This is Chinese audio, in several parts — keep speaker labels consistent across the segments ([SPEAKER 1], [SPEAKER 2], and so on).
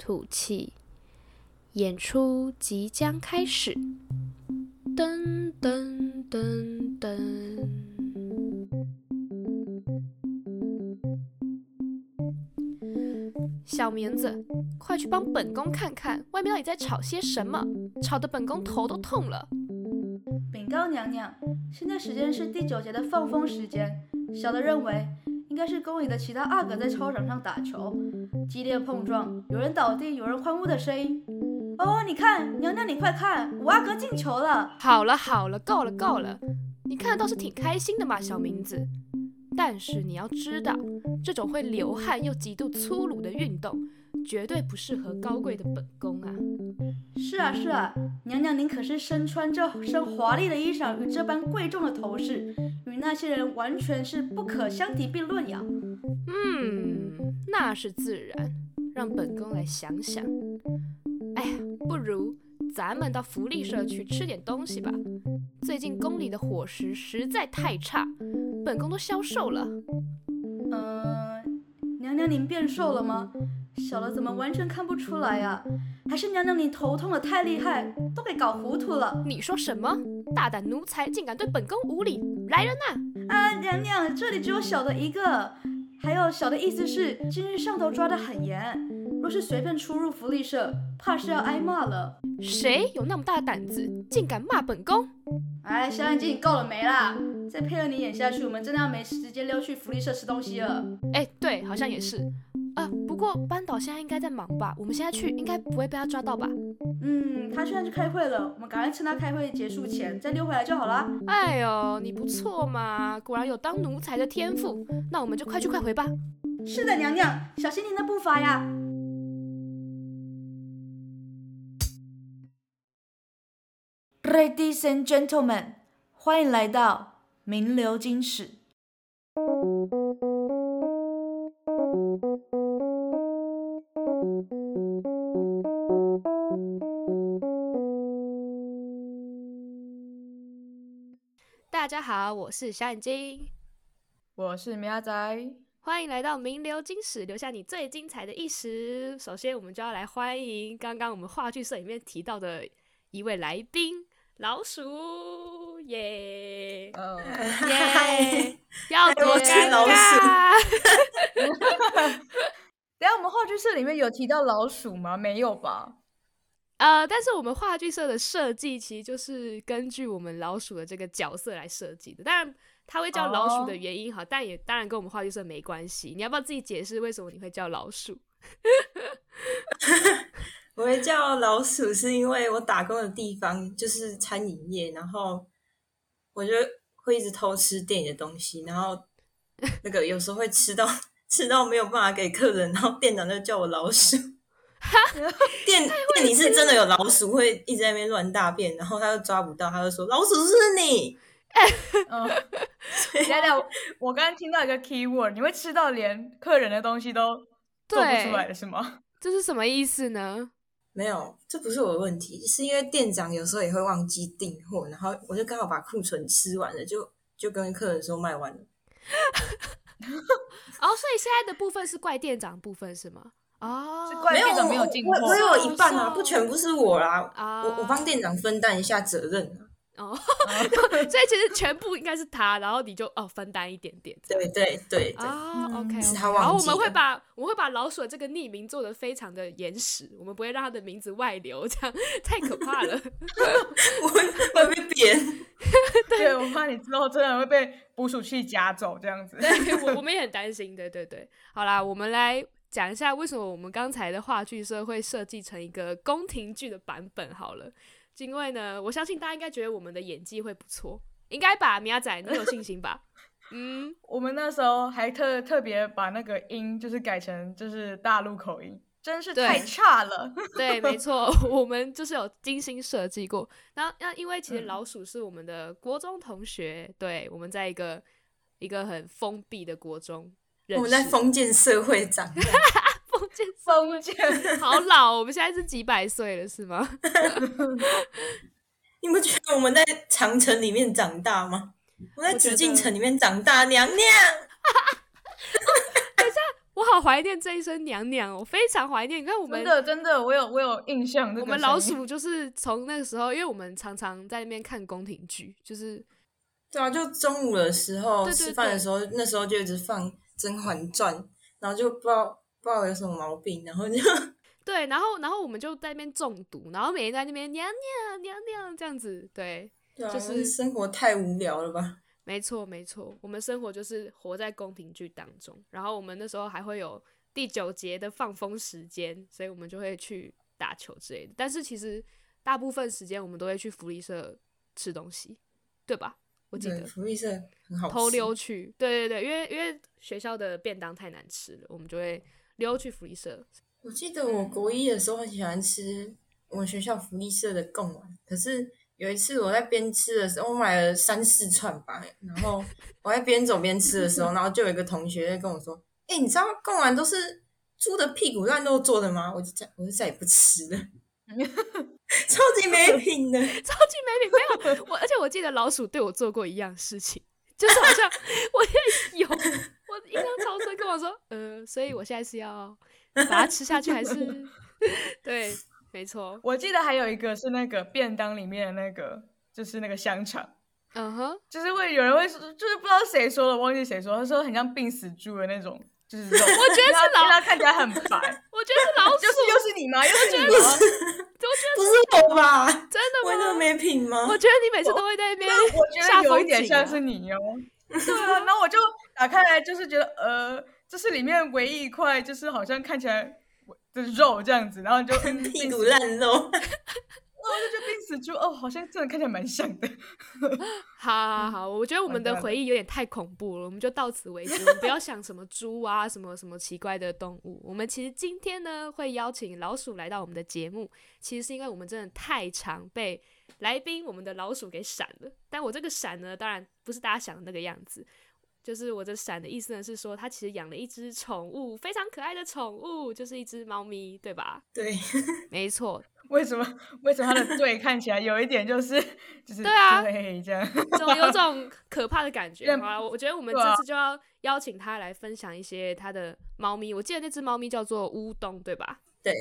[SPEAKER 1] 吐气。演出即将开始。噔噔噔噔。小棉子，快去帮本宫看看外面到底在吵些什么，吵得本宫头都痛了。
[SPEAKER 2] 禀告娘娘，现在时间是第九节的放风时间。小的认为应该是宫里的其他阿哥在操场上打球，激烈碰撞，有人倒地，有人欢呼的声音。哦，你看，娘娘你快看，五阿哥进球了！
[SPEAKER 1] 好了好了，够了够了，你看得倒是挺开心的嘛，小明子。但是你要知道，这种会流汗又极度粗鲁的运动，绝对不适合高贵的本宫啊。
[SPEAKER 2] 是啊是啊，娘娘您可是身穿这身华丽的衣裳与这般贵重的头饰，与那些人完全是不可相提并论呀。
[SPEAKER 1] 嗯，那是自然。让本宫来想想。哎呀，不如咱们到福利社去吃点东西吧。最近宫里的伙食实在太差，本宫都消瘦了。
[SPEAKER 2] 嗯、娘娘您变瘦了吗？小的怎么完全看不出来呀、还是娘娘你头痛的太厉害，都给搞糊涂了。
[SPEAKER 1] 你说什么？大胆奴才，竟敢对本宫无礼！来人呐、
[SPEAKER 2] 啊，娘娘，这里只有小的一个。还有小的意思是，今日上头抓得很严，若是随便出入福利社，怕是要挨骂了。
[SPEAKER 1] 谁有那么大的胆子，竟敢骂本宫？
[SPEAKER 2] 哎，小眼睛，你够了没啦？再配合你演下去，我们真的要没时间溜去福利社吃东西了。
[SPEAKER 1] 哎，对，好像也是。啊，不过班导现在应该在忙吧？我们现在去，应该不会被他抓到吧？
[SPEAKER 2] 嗯，他现在去开会了，我们赶快趁他开会结束前再溜回来就好啦。
[SPEAKER 1] 哎呦，你不错嘛，果然有当奴才的天赋。那我们就快去快回吧。
[SPEAKER 2] 是的，娘娘，小心您的步伐呀。Ladies and gentlemen，欢迎来到名流金史。
[SPEAKER 1] 大家好，我是小眼睛，
[SPEAKER 3] 我是米阿仔，
[SPEAKER 1] 欢迎来到名流金史，留下你最精彩的一时。首先，我们就要来欢迎刚刚我们话剧社里面提到的一位来宾——老鼠，耶
[SPEAKER 3] 嗯、
[SPEAKER 1] 耶，要多
[SPEAKER 4] 我是
[SPEAKER 1] 尴
[SPEAKER 4] 老
[SPEAKER 1] 尬！
[SPEAKER 3] 等一下我们话剧社里面有提到老鼠吗？没有吧？
[SPEAKER 1] 呃，但是我们话剧社的设计其实就是根据我们老鼠的这个角色来设计的。当然，它会叫老鼠的
[SPEAKER 3] 哦
[SPEAKER 1] 原因哈，但也当然跟我们话剧社没关系。你要不要自己解释为什么你会叫老鼠？
[SPEAKER 4] 我会叫老鼠，是因为我打工的地方就是餐饮业，然后我就会一直偷吃店里的东西，然后那个有时候会吃到 吃到没有办法给客人，然后店长就叫我老鼠。店店里是真的有老鼠，会一直在那边乱大便，然后他就抓不到，他就说老鼠是不是你。
[SPEAKER 3] 嗯，等一下等一下，我刚刚听到一个 keyword，你会吃到连客人的东西都做不
[SPEAKER 1] 对
[SPEAKER 3] 出来了是 吗？
[SPEAKER 1] 这是什么意思呢？
[SPEAKER 4] 没有，这不是我的问题，是因为店长有时候也会忘记订货，然后我就刚好把库存吃完了，就就跟客人说卖完了。
[SPEAKER 1] 哦，所以现在的部分是怪店长的部分是吗？哦，
[SPEAKER 3] 是怪
[SPEAKER 4] 没有，
[SPEAKER 3] 店长没有
[SPEAKER 4] 我
[SPEAKER 3] 进
[SPEAKER 4] 我
[SPEAKER 3] 货
[SPEAKER 4] 我有一半啊，
[SPEAKER 1] 是
[SPEAKER 4] 不全部是我啦，
[SPEAKER 1] 啊，
[SPEAKER 4] 我我 帮店长分担一下责任啊。
[SPEAKER 1] 哦，所以其实全部应该是他，然后你就哦分担一点点这样。
[SPEAKER 4] 对对对对，
[SPEAKER 1] 啊
[SPEAKER 3] 嗯
[SPEAKER 1] ，OK，
[SPEAKER 4] 是
[SPEAKER 1] OK
[SPEAKER 4] 他忘记了
[SPEAKER 1] 然后我们会把我们会把老鼠的这个匿名做的非常的严实，我们不会让他的名字外流，这样 太可怕了。
[SPEAKER 4] 我会我会被 扁。
[SPEAKER 3] 对，我怕你之后真的会被捕鼠器夹走这样子。
[SPEAKER 1] 对我我们也很担心，对对对。好啦，我们来讲一下为什么我们刚才的话剧社会设计成一个宫廷剧的版本好了，因为呢，我相信大家应该觉得我们的演技会不错，应该吧，米亚仔，你有信心吧？ 嗯，
[SPEAKER 3] 我们那时候还特特别把那个音就是改成就是大陆口音，真是
[SPEAKER 1] 对
[SPEAKER 3] 太差了。
[SPEAKER 1] 对，没错， 我们就是有精心设计过。然后，那因为其
[SPEAKER 4] 嗯
[SPEAKER 1] 实老鼠是我们的国中同学，对，我们在一个一个很封闭的国中认识，
[SPEAKER 4] 我们在封建社会长大，
[SPEAKER 1] 封建
[SPEAKER 3] 封建
[SPEAKER 1] 好老哦，我们现在是几百岁了是吗？
[SPEAKER 4] 你不觉得我们在长城里面长大吗？我在
[SPEAKER 1] 我觉得
[SPEAKER 4] 紫禁城里面长大，娘娘。
[SPEAKER 1] 我好怀念这一声娘娘哦，我非常怀念。你看我们
[SPEAKER 3] 真的真的，我有我有印象。这
[SPEAKER 1] 我
[SPEAKER 3] 个
[SPEAKER 1] 们老
[SPEAKER 3] 声音
[SPEAKER 1] 鼠就是从那个时候，因为我们常常在那边看宫廷剧，就是
[SPEAKER 4] 对啊，就中午的时候
[SPEAKER 1] 对对
[SPEAKER 4] 吃饭的
[SPEAKER 1] 对
[SPEAKER 4] 时候，那时候就一直放《甄嬛传》，然后就不知道不知道有什么毛病，然后就
[SPEAKER 1] 对，然后然后我们就在那边中毒，然后每天在那边娘娘娘娘这样子，对，
[SPEAKER 4] 对啊
[SPEAKER 1] 就是
[SPEAKER 4] 生活太无聊了吧？
[SPEAKER 1] 没错没错，我们生活就是活在宫廷剧当中，然后我们那时候还会有第九节的放风时间，所以我们就会去打球之类的。但是其实大部分时间我们都会去福利社吃东西，对吧？我记
[SPEAKER 4] 对，
[SPEAKER 1] 得
[SPEAKER 4] 福利社很好吃，
[SPEAKER 1] 偷溜去，对对对，因为因为学校的便当太难吃了，我们就会溜去福利社。
[SPEAKER 4] 我记得我国一的时候很喜欢吃我们学校福利社的贡丸，可是有一次我在边吃的时候，我买了三四串吧，然后我在边走边吃的时候，然后就有一个同学在跟我说：“哎、你知道贡丸都是猪的屁股烂肉做的吗？”我就再我就再也不吃了，超级没品 的。
[SPEAKER 1] 超级没品，没有我，而且我记得老鼠对我做过一样事情，就是好 像我也有，我印象超深，跟我说，呃，所以我现在是要把它吃下去，还是 对，没错，
[SPEAKER 3] 我记得还有一个是那个便当里面的那个，就是那个香肠，
[SPEAKER 1] 嗯哼，
[SPEAKER 3] 就是会有人会说，就是不知道谁说的，忘记谁说，他说很像病死猪的那种，就是肉。我觉
[SPEAKER 1] 得是老
[SPEAKER 3] 他看起来很 白，
[SPEAKER 1] 我觉得是老鼠，
[SPEAKER 3] 就是又是你吗？又是你吗？
[SPEAKER 4] 不是我吧？
[SPEAKER 1] 真
[SPEAKER 4] 我
[SPEAKER 1] 的
[SPEAKER 4] 那么
[SPEAKER 1] 吗？
[SPEAKER 4] 没品吗？
[SPEAKER 1] 啊我觉得你每次都会在那边
[SPEAKER 3] 那我觉
[SPEAKER 1] 下
[SPEAKER 3] 得有一
[SPEAKER 1] 风
[SPEAKER 3] 点
[SPEAKER 1] 景
[SPEAKER 3] 像
[SPEAKER 1] 啊，
[SPEAKER 3] 是你哦。对啊，然后我就打开来，就是觉得呃，这是里面唯一一块，就是好像看起来的肉这样子，然后就嗯
[SPEAKER 4] 屁
[SPEAKER 3] 病
[SPEAKER 4] 股
[SPEAKER 3] 死
[SPEAKER 4] 烂肉，
[SPEAKER 3] 那我就觉得病死猪哦，好像真的看起来蛮像的。
[SPEAKER 1] 好好好，我觉得我们的
[SPEAKER 3] 嗯完蛋了
[SPEAKER 1] 回忆有点太恐怖了，我们就到此为止，我们不要想什么猪啊，什么什么奇怪的动物。我们其实今天呢会邀请老鼠来到我们的节目，其实是因为我们真的太常被来宾我们的老鼠给闪了。但我这个闪呢，当然不是大家想的那个样子，就是我这闪的意思呢是说，他其实养了一只宠物，非常可爱的宠物，就是一只猫咪，对吧？
[SPEAKER 4] 对，
[SPEAKER 1] 没错，
[SPEAKER 3] 为什么为什么他的队看起来有一点就是就是
[SPEAKER 1] 对啊
[SPEAKER 3] 对这样？
[SPEAKER 1] 怎么有种可怕的感觉？
[SPEAKER 3] 认
[SPEAKER 1] 好啦，我我觉得我们
[SPEAKER 3] 对啊
[SPEAKER 1] 这次就要邀请他来分享一些他的猫咪。我记得那只猫咪叫做乌冬，对吧？
[SPEAKER 4] 对，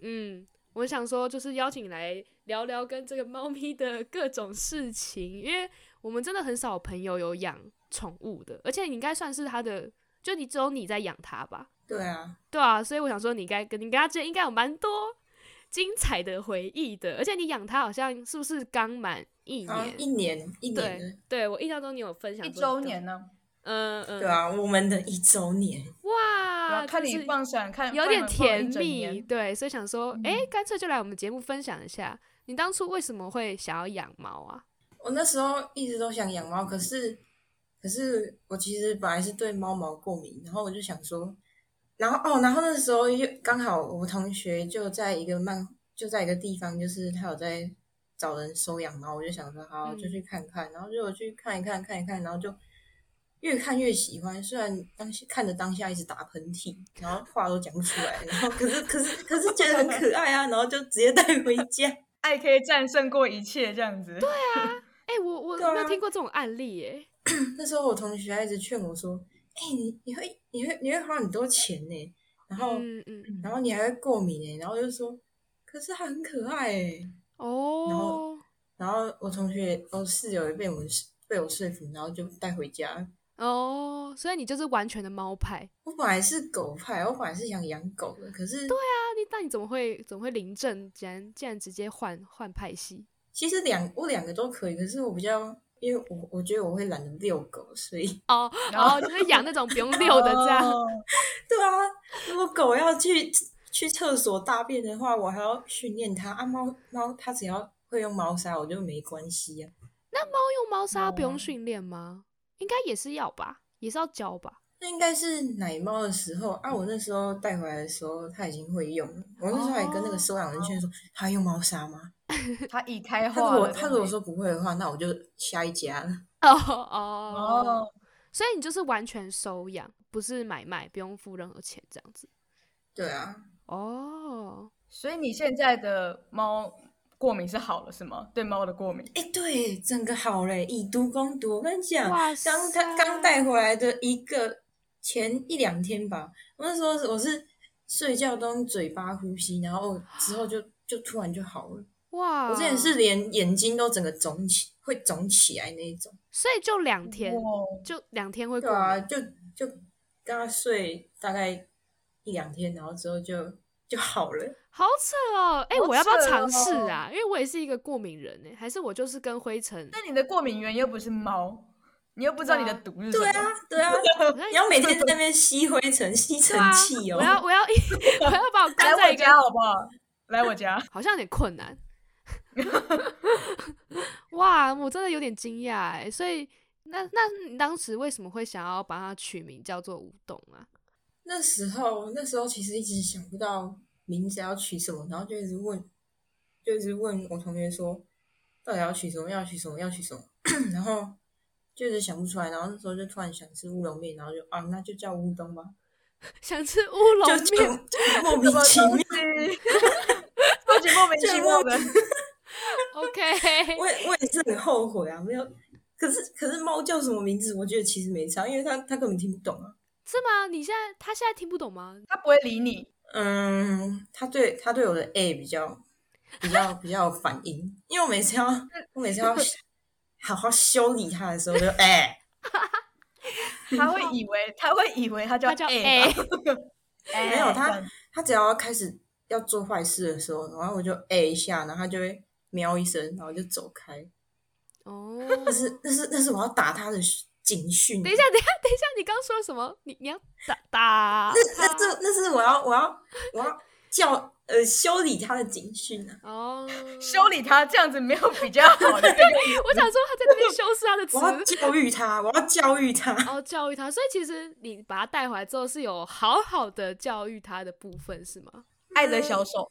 [SPEAKER 1] 嗯，我想说就是邀请你来聊聊跟这个猫咪的各种事情，因为我们真的很少朋友有养宠物的，而且你应该算是他的，就你只有你在养它吧？
[SPEAKER 4] 对啊，
[SPEAKER 1] 对啊，所以我想说你应该跟你跟他之间应该有蛮多精彩的回忆的，而且你养它好像是不是刚满一
[SPEAKER 4] 好
[SPEAKER 1] 年
[SPEAKER 4] 像？一年一年
[SPEAKER 1] 对
[SPEAKER 4] 了，
[SPEAKER 1] 对，我印象中你有分享
[SPEAKER 3] 嗯一
[SPEAKER 1] 过
[SPEAKER 3] 周
[SPEAKER 1] 这个，
[SPEAKER 3] 年呢、
[SPEAKER 1] 嗯嗯，
[SPEAKER 4] 对啊，我们的一周年。
[SPEAKER 3] 对
[SPEAKER 1] 哇，
[SPEAKER 3] 啊，看
[SPEAKER 1] 就
[SPEAKER 3] 你
[SPEAKER 1] 是
[SPEAKER 3] 放闪，看
[SPEAKER 1] 有
[SPEAKER 3] 放
[SPEAKER 1] 点
[SPEAKER 3] 闪
[SPEAKER 1] 甜
[SPEAKER 3] 放一整
[SPEAKER 1] 蜜，
[SPEAKER 3] 年嗯
[SPEAKER 1] 对，所以想说，哎、干脆就来我们节目分享一下，你当初为什么会想要养猫啊？
[SPEAKER 4] 我那时候一直都想养猫，可是可是我其实本来是对猫毛过敏，然后我就想说，然后哦，然后那时候又刚好我同学就在一个漫就在一个地方，就是他有在找人收养猫，我就想说好
[SPEAKER 1] 嗯
[SPEAKER 4] 就去看看，然后就我去看一看看一看，然后就越看越喜欢，虽然当时看着当下一直打喷嚏，然后话都讲不出来，然后可是可是可是觉得很可爱啊，然后就直接带回家。
[SPEAKER 3] 爱可以战胜过一切这样子。对啊，
[SPEAKER 1] 哎、我我
[SPEAKER 4] 对啊
[SPEAKER 1] 没有听过这种案例耶，
[SPEAKER 4] 那时候我同学还一直劝我说：“哎、你你会你会你会花很多钱呢、然后、
[SPEAKER 1] 嗯嗯，
[SPEAKER 4] 然后你还会过敏哎、然后我就说：“可是它很可爱哎、
[SPEAKER 1] 哦，
[SPEAKER 4] 然后我同学我室友也被我们被我说服，然后就带回家。
[SPEAKER 1] 哦，所以你就是完全的猫派，
[SPEAKER 4] 我本来是狗派，我本来是想养狗的，可是对啊，
[SPEAKER 1] 那你那你怎么会怎么会临阵，竟然竟然直接换换派 系？
[SPEAKER 4] 其实两我两个都可以，可是我比较因为我我觉得我会懒得遛狗，所以
[SPEAKER 1] 哦
[SPEAKER 3] 然后
[SPEAKER 1] 哦，就是养那种不用遛的这样，
[SPEAKER 3] 哦
[SPEAKER 4] 对啊，如果狗要去去厕所大便的话，我还要训练它啊。猫猫它只要会用猫砂，我就没关系啊。
[SPEAKER 1] 那猫用猫砂不用
[SPEAKER 3] 哦
[SPEAKER 1] 训练吗？应该也是要吧，也是要教吧？
[SPEAKER 4] 那应该是奶猫的时候啊，我那时候带回来的时候，它已经会用了。我那时候还跟那个收养人劝说，它用猫砂吗？
[SPEAKER 2] 他已开
[SPEAKER 4] 他如
[SPEAKER 2] 化
[SPEAKER 4] 果
[SPEAKER 2] 了。
[SPEAKER 4] 他如果说不会的话，那我就下一家了。
[SPEAKER 1] 哦哦
[SPEAKER 3] 哦，
[SPEAKER 1] 所以你就是完全收养，不是买卖，不用付任何钱这样子。
[SPEAKER 4] 对啊，
[SPEAKER 1] 哦，
[SPEAKER 3] 所以你现在的猫过敏是好了是吗？对猫的过敏，
[SPEAKER 4] 哎，对，整个好嘞，以毒攻毒。我跟你讲，
[SPEAKER 1] 哇塞，
[SPEAKER 4] 刚他刚带回来的一个前一两天吧，我那时候是我是睡觉都用嘴巴呼吸，然后之后就就突然就好了。
[SPEAKER 1] 哇，
[SPEAKER 4] 我之前是，连眼睛都整个肿起，会肿起来那一种。
[SPEAKER 1] 所以就两天，
[SPEAKER 3] 哇
[SPEAKER 1] 就两天会过
[SPEAKER 4] 对啊，
[SPEAKER 1] 敏
[SPEAKER 4] 就就跟他睡大概一两天，然后之后就就好了。
[SPEAKER 1] 好扯哦！哎、
[SPEAKER 3] 好
[SPEAKER 1] 我要不要
[SPEAKER 3] 扯
[SPEAKER 1] 尝试
[SPEAKER 3] 哦
[SPEAKER 1] 啊？因为我也是一个过敏人呢、欸还是我就是跟灰尘，
[SPEAKER 3] 但你的过敏源又不是猫，你又不知道你的毒是什么。
[SPEAKER 4] 对啊，对啊，
[SPEAKER 1] 好像
[SPEAKER 4] 你 要每天在那边吸灰尘、吸尘
[SPEAKER 1] 对哎啊
[SPEAKER 4] 器哦哎
[SPEAKER 1] 我。要我要我要把我
[SPEAKER 3] 来
[SPEAKER 1] 关在
[SPEAKER 3] 我
[SPEAKER 1] 一个，
[SPEAKER 3] 家好不好？来我家，
[SPEAKER 1] 好像有点困难。哇，我真的有点惊讶哎！所以那那你当时为什么会想要把它取名叫做吴董啊？
[SPEAKER 4] 那时候那时候其实一直想不到名字要取什么，然后就一直问，就一直问我同学说，到底要取什么？要取什么？要取什么？ 然后就一直想不出来，然后那时候就突然想吃乌龙面，然后就啊，那就叫乌冬吧，
[SPEAKER 1] 想吃乌龙
[SPEAKER 4] 就就
[SPEAKER 1] 面，
[SPEAKER 4] 就莫名其妙。
[SPEAKER 3] 超级莫名其 妙的。
[SPEAKER 1] ，OK？
[SPEAKER 4] 我也我也是很后悔啊，没有。可是可是猫叫什么名字？我觉得其实没差，因为它它根本听不懂啊。
[SPEAKER 1] 是吗？你现在他现在听不懂吗？
[SPEAKER 3] 他不会理你，
[SPEAKER 4] 嗯，它对它对我的 A 比较比较比较有反应，因为我每次要我每次 要好好修理它的时候就哎，
[SPEAKER 3] 他会以为他会以为他叫
[SPEAKER 1] 他叫
[SPEAKER 4] 哎
[SPEAKER 1] 哎 A，
[SPEAKER 3] 吧 A
[SPEAKER 4] 没有
[SPEAKER 3] 这
[SPEAKER 4] 它
[SPEAKER 3] 样
[SPEAKER 4] 它只要开始要做坏事的时候，然后我就 A 一下，然后它就会喵一声，然后就走开。
[SPEAKER 1] 哦，
[SPEAKER 4] 那是那是那是我要打它的警讯。
[SPEAKER 1] 等一下，等一下， 等一下，你刚说什么？你你要打打
[SPEAKER 4] 那那
[SPEAKER 1] 他
[SPEAKER 4] 是那是我要我要我要叫呃修理它的警讯啊。
[SPEAKER 1] 哦？
[SPEAKER 3] 修理他这样子没有比较好的用意。
[SPEAKER 1] 我想说他在那边修饰他的
[SPEAKER 4] 我要
[SPEAKER 1] 词，
[SPEAKER 4] 教育他，我要教育他。
[SPEAKER 1] 然后教育他。所以其实你把他带回来之后，是有好好的教育他的部分，是吗？
[SPEAKER 3] 爱的小手，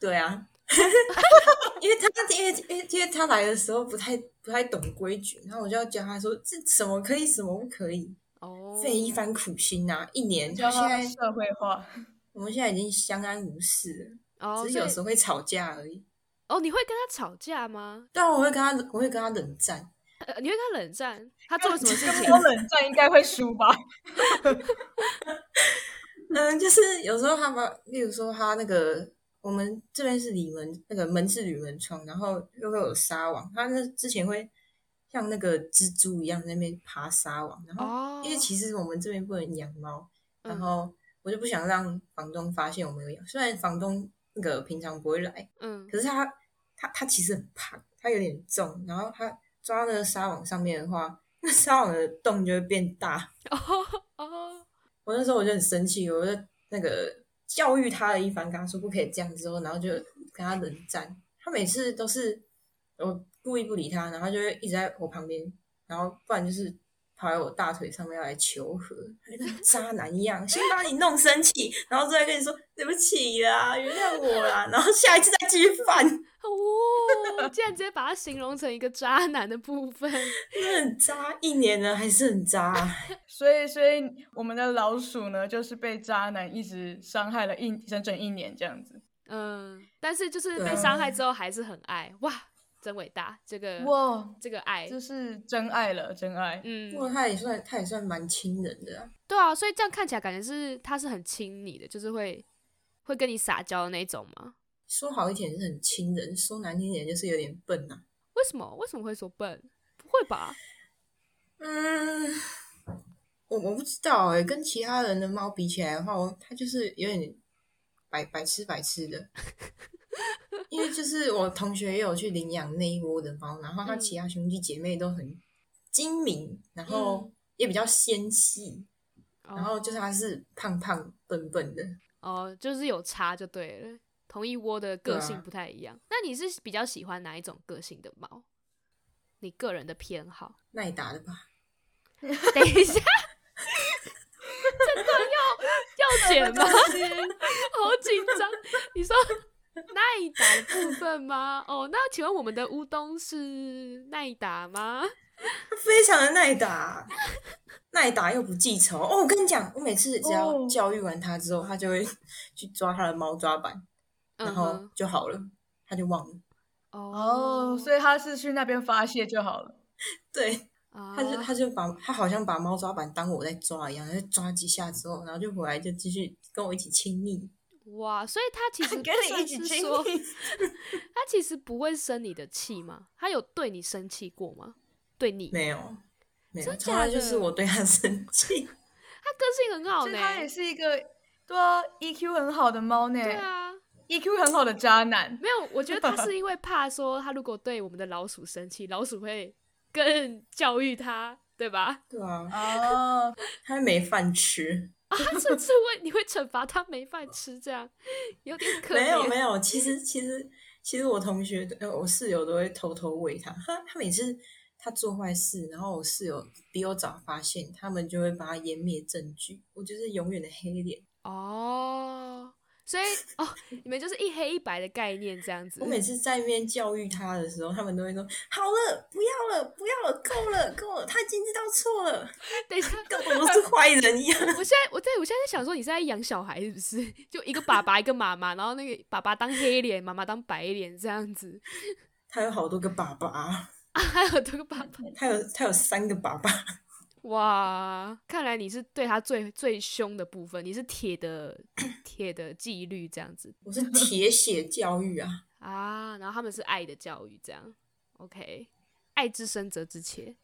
[SPEAKER 4] 对啊， 因为他因为因为因为他来的时候不太不太懂规矩，然后我就要教他说这什么可以，什么不可以，
[SPEAKER 1] 哦，
[SPEAKER 4] 费一番苦心呐、啊。一年，
[SPEAKER 3] 教
[SPEAKER 4] 他现
[SPEAKER 3] 他
[SPEAKER 4] 在
[SPEAKER 3] 社会化。
[SPEAKER 4] 我们现在已经相安无事了，
[SPEAKER 1] 哦，
[SPEAKER 4] 只是
[SPEAKER 1] 所以
[SPEAKER 4] 有时候会吵架而已。
[SPEAKER 1] 哦，你会跟他吵架吗？
[SPEAKER 4] 但我会跟他我会跟他冷战，
[SPEAKER 1] 呃，你会跟他冷战？他做了什么事情
[SPEAKER 3] 跟？猫冷战应该会输吧？
[SPEAKER 4] 嗯，就是有时候他把，例如说他那个，我们这边是里门，那个门是铝门窗，然后又会有纱网，他那之前会像那个蜘蛛一样在那边爬纱网，然后、
[SPEAKER 1] 哦，
[SPEAKER 4] 因为其实我们这边不能养猫，然
[SPEAKER 1] 嗯
[SPEAKER 4] 后我就不想让房东发现我们有养，虽然房东那个平常不会来，
[SPEAKER 1] 嗯
[SPEAKER 4] 可是他他他其实很胖，他有点重，然后他抓那个纱网上面的话，那纱网的洞就会变大。
[SPEAKER 1] 哦哦，
[SPEAKER 4] 我那时候我就很生气，我就那个教育他了一番，跟他说不可以这样之后，然后就跟他冷战。他每次都是我故意不理他，然后他就会一直在我旁边，然后不然就是跑在我大腿上面要来求和，他就跟渣男一样，先把你弄生气，然后再跟你说对不起啦，原谅我啦，然后下一次再继续犯，
[SPEAKER 1] 哦，竟然直接把他形容成一个渣男的部分。
[SPEAKER 4] 真的很渣，一年了还是很渣、
[SPEAKER 3] 所以，所以我们的老鼠呢，就是被渣男一直伤害了一整整一年这样子。
[SPEAKER 1] 嗯，但是就是
[SPEAKER 4] 对
[SPEAKER 1] 被
[SPEAKER 4] 啊
[SPEAKER 1] 伤害之后还是很爱，哇，真伟大，这个
[SPEAKER 3] 哇，
[SPEAKER 1] 这个爱，
[SPEAKER 3] 这是真爱了，真爱。
[SPEAKER 1] 嗯
[SPEAKER 4] 不，过他也算他也算蛮亲人的、啊，
[SPEAKER 1] 对啊，所以这样看起来感觉是他是很亲你的，就是会会跟你撒娇的那种吗？
[SPEAKER 4] 说好一点是很亲人，说难听一点就是有点笨呐、啊。
[SPEAKER 1] 为什么为什么会说笨？不会吧？
[SPEAKER 4] 嗯，我我不知道哎、跟其他人的猫比起来的话，我它就是有点白白痴白痴的。因为就是我同学也有去领养那一窝的猫，然后它
[SPEAKER 1] 嗯
[SPEAKER 4] 其他兄弟姐妹都很精明，然后也比较纤细，然后就是它是胖胖笨笨的。
[SPEAKER 1] 哦，就是有差就对了，同一窝的个
[SPEAKER 4] 对啊
[SPEAKER 1] 性不太一样。那你是比较喜欢哪一种个性的猫？你个人的偏好？
[SPEAKER 4] 耐打的吧，
[SPEAKER 1] 等一下，要剪 吗？ 好紧张。你说奈达的部分吗？哦，那请问我们的乌冬是奈达吗？
[SPEAKER 4] 非常的耐打，耐打又不记仇。哦，我跟你讲，我每次只要
[SPEAKER 3] 哦
[SPEAKER 4] 教育完他之后，他就会 去抓他的猫抓板，然
[SPEAKER 1] 嗯
[SPEAKER 4] 后
[SPEAKER 1] 哼，
[SPEAKER 4] 就好了，他就忘了。
[SPEAKER 1] 哦
[SPEAKER 3] 哦，，所以他是去那边发泄就好了。
[SPEAKER 4] 对，
[SPEAKER 1] 他
[SPEAKER 4] 他就他就把他好像把猫抓板当我在抓一样，就抓几下之后，然后就回来就继续跟我一起亲密。
[SPEAKER 1] 哇，所以他其实
[SPEAKER 4] 跟你一起
[SPEAKER 1] 不算是
[SPEAKER 4] 亲
[SPEAKER 1] 说，
[SPEAKER 4] 密
[SPEAKER 1] 他其实不会生你的气吗？他有对你生气过吗？对你，
[SPEAKER 4] 没有，没有，
[SPEAKER 1] 真
[SPEAKER 4] 从来
[SPEAKER 1] 假
[SPEAKER 4] 就
[SPEAKER 1] 的
[SPEAKER 4] 是我对他生气。
[SPEAKER 1] 他个性很好欸
[SPEAKER 3] 所以他也
[SPEAKER 1] 呢。
[SPEAKER 3] 是一个对啊，EQ 很好的猫呢。
[SPEAKER 1] 对啊，
[SPEAKER 3] e q 很好的渣男。
[SPEAKER 1] 没有，我觉得他是因为怕说，他如果对我们的老鼠生气，老鼠会更教育他，对吧？
[SPEAKER 4] 对啊，
[SPEAKER 3] 哦，
[SPEAKER 4] 他没饭吃。
[SPEAKER 1] 啊，甚至会你会惩罚他没饭吃，这样有点可怜。
[SPEAKER 4] 没有没有，其实其实其实我同学呃我室友都会偷偷喂他，他他每次他做坏事，然后我室友比我早发现，他们就会把他湮灭证据，我就是永远的黑脸。
[SPEAKER 1] 哦，所以哦，你们就是一黑一白的概念这样子
[SPEAKER 4] 我。每次在那边教育他的时候，他们都会说好了，不要了，不要了，够了，够了，他已经知道错了，
[SPEAKER 1] 等一下，
[SPEAKER 4] 跟我们是坏人一样。
[SPEAKER 1] 我现在我对我现在在想说，你是在养小孩是不是？就一个爸爸一个妈妈，然后那个爸爸当黑脸，妈妈当白脸这样子
[SPEAKER 4] 他有好多个爸爸，
[SPEAKER 1] 啊，还有多个爸爸。
[SPEAKER 4] 他有他有三个爸爸，
[SPEAKER 1] 哇，看来你是对他最最凶的部分，你是铁的铁的纪律这样子
[SPEAKER 4] 我是铁血教育啊。
[SPEAKER 1] 啊，然后他们是爱的教育这样，OK，爱之深责之切。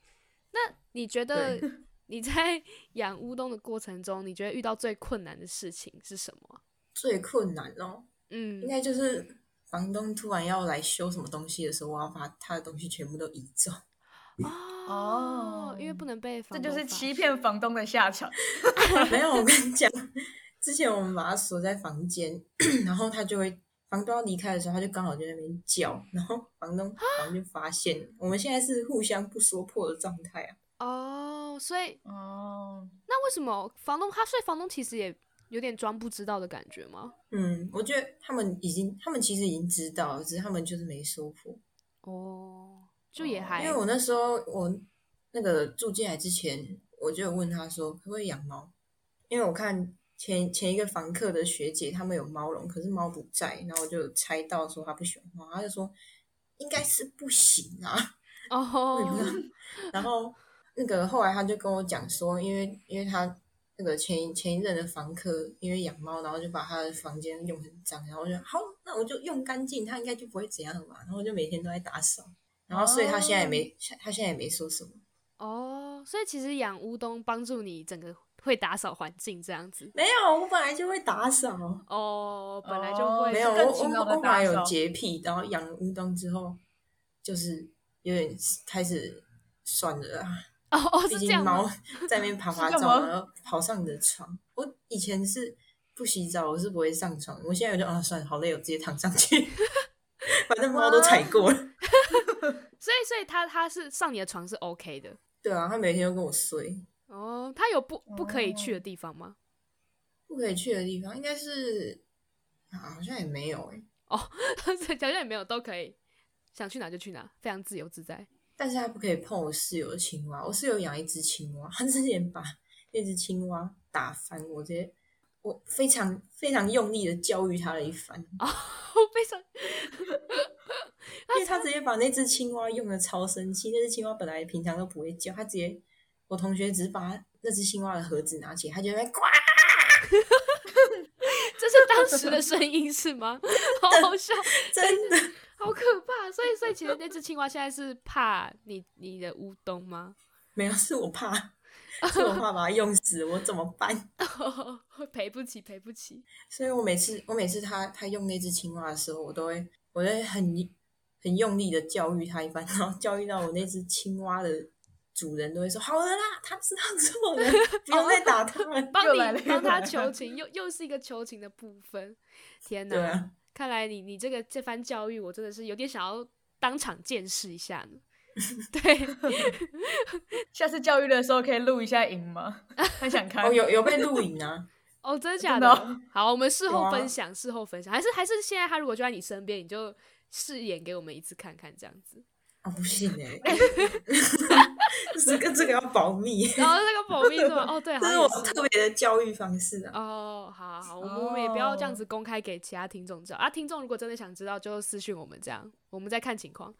[SPEAKER 1] 那你觉得你在 养乌冬的过程中，你觉得遇到最困难的事情是什么啊？
[SPEAKER 4] 最困难哦，
[SPEAKER 1] 嗯
[SPEAKER 4] 应，该就是房东突然要来修什么东西的时候，我要把他的东西全部都移走。
[SPEAKER 1] 哦
[SPEAKER 3] 哦，
[SPEAKER 1] 因为不能被
[SPEAKER 3] 这
[SPEAKER 1] 房
[SPEAKER 3] 就
[SPEAKER 1] 东
[SPEAKER 3] 是
[SPEAKER 1] 发
[SPEAKER 3] 欺
[SPEAKER 1] 现
[SPEAKER 3] 骗房东的下场。
[SPEAKER 4] 没有，我跟你讲，之前我们把他锁在房间， 然后他就会嗯房东要离开的时候，他就刚好就在那边叫，然后房东好像就发现了。我们现在是互相不说破的状态啊。
[SPEAKER 1] 哦，所以
[SPEAKER 3] 哦，
[SPEAKER 1] 那为什么房东他所以房东其实也有点装不知道的感觉吗？
[SPEAKER 4] 嗯，我觉得他们已经，他们其实已经知道了，只是他们就是没说破。
[SPEAKER 1] 哦，就也还
[SPEAKER 4] 因为我那时候我那个住进来之前，我就有问他说可不可以养猫，因为我看前前一个房客的学姐他们有猫笼，可是猫不在，然后我就猜到说他不喜欢猫，他就说应该是不行啊， 我也不知道
[SPEAKER 1] 哦，
[SPEAKER 4] 然后那个后来他就跟我讲说，因为因为他那个前一前一任的房客因为养猫，然后就把他的房间用很脏，然后我就好，那我就用干净，他应该就不会怎样了吧。然后我就每天都在打扫，然后所以他现在也没、他现在也没说什么。
[SPEAKER 1] 哦，所以其实养乌冬帮助你整个会打扫环境这样子。
[SPEAKER 4] 没有，我本来就会打扫，
[SPEAKER 1] 哦，本来就
[SPEAKER 3] 哦
[SPEAKER 1] 会
[SPEAKER 4] 没
[SPEAKER 1] 是
[SPEAKER 4] 有，我
[SPEAKER 3] 更
[SPEAKER 4] 我
[SPEAKER 3] 勤劳地
[SPEAKER 4] 我本来
[SPEAKER 3] 打
[SPEAKER 4] 有
[SPEAKER 3] 扫
[SPEAKER 4] 洁癖，然后养乌冬之后就是有点开始算了啊。
[SPEAKER 1] 哦哦是
[SPEAKER 4] 毕
[SPEAKER 1] 这
[SPEAKER 4] 竟
[SPEAKER 1] 样
[SPEAKER 4] 猫
[SPEAKER 1] 吗？
[SPEAKER 4] 在那 边爬爬
[SPEAKER 3] 是干
[SPEAKER 4] 照，
[SPEAKER 3] 嘛
[SPEAKER 4] 然后跑上你的床。我以前是不洗澡，我是不会上床。我现在我就啊，算了，好累，我直接躺上去。 反正猫都踩过了。
[SPEAKER 1] 所以所以他他是上你的床是 OK 的。
[SPEAKER 4] 对啊，它每天都跟我睡。
[SPEAKER 1] 哦，他有不不可以去
[SPEAKER 4] 哦
[SPEAKER 1] 的地方吗？
[SPEAKER 4] 不可以去的地方应该是、啊好像也没有诶、
[SPEAKER 1] 所以条件也没有，都可以，想去哪就去哪，非常自由自在。
[SPEAKER 4] 但是它不可以碰我室友的青蛙。我室友养一只青蛙，它之前把那只青蛙打翻，我直接我非常非常用力的教育它了一番。
[SPEAKER 1] 我非常
[SPEAKER 4] 因为他直接把那只青蛙用的超生气，那只青蛙本来平常都不会叫，他直接我同学只是把那只青蛙的盒子拿起来，他就在那边呱，
[SPEAKER 1] 这是当时的声音是吗？ 好好笑，
[SPEAKER 4] 真的，
[SPEAKER 1] 好可怕！所以，所以其实那只青蛙现在是怕你你的乌冬吗？
[SPEAKER 4] 没有是我怕，是我怕把它用死，我怎么办？
[SPEAKER 1] 赔不起，赔不起。
[SPEAKER 4] 所以我每次我每次他他用那只青蛙的时候，我都会我都会很很用力的教育他一番，然后教育到我那只青蛙的主人都会说好了啦，他知道错了，不用再打他 了。
[SPEAKER 1] 帮
[SPEAKER 3] 又来了
[SPEAKER 1] 你
[SPEAKER 3] 又
[SPEAKER 1] 帮他
[SPEAKER 3] 来了
[SPEAKER 1] 求情，又又是一个求情的部分。天哪！
[SPEAKER 4] 对啊
[SPEAKER 1] 看来你你这个这番教育，我真的是有点想要当场见识一下呢。对，
[SPEAKER 3] 下次教育的时候可以录一下影吗？很想看
[SPEAKER 4] 哦哦，。有有被录影啊，
[SPEAKER 1] 哦，真的假
[SPEAKER 3] 真的哦
[SPEAKER 1] 好，我们事
[SPEAKER 4] 有
[SPEAKER 1] 后
[SPEAKER 4] 啊
[SPEAKER 1] 分享，事后分享，还是还是现在他如果就在你身边，你就试演给我们一次看看这样子。
[SPEAKER 4] 啊，不行 哎、这个这个要保密，
[SPEAKER 1] 然后那个保密是吗？哦，对，好
[SPEAKER 4] 这是
[SPEAKER 1] 像
[SPEAKER 4] 我
[SPEAKER 1] 也是
[SPEAKER 4] 特别的教育方式啊。
[SPEAKER 1] 哦，好好好，我们我们也不要这样子公开给其他听众知道啊。听众如果真的想知道，就私讯我们这样，我们再看情况，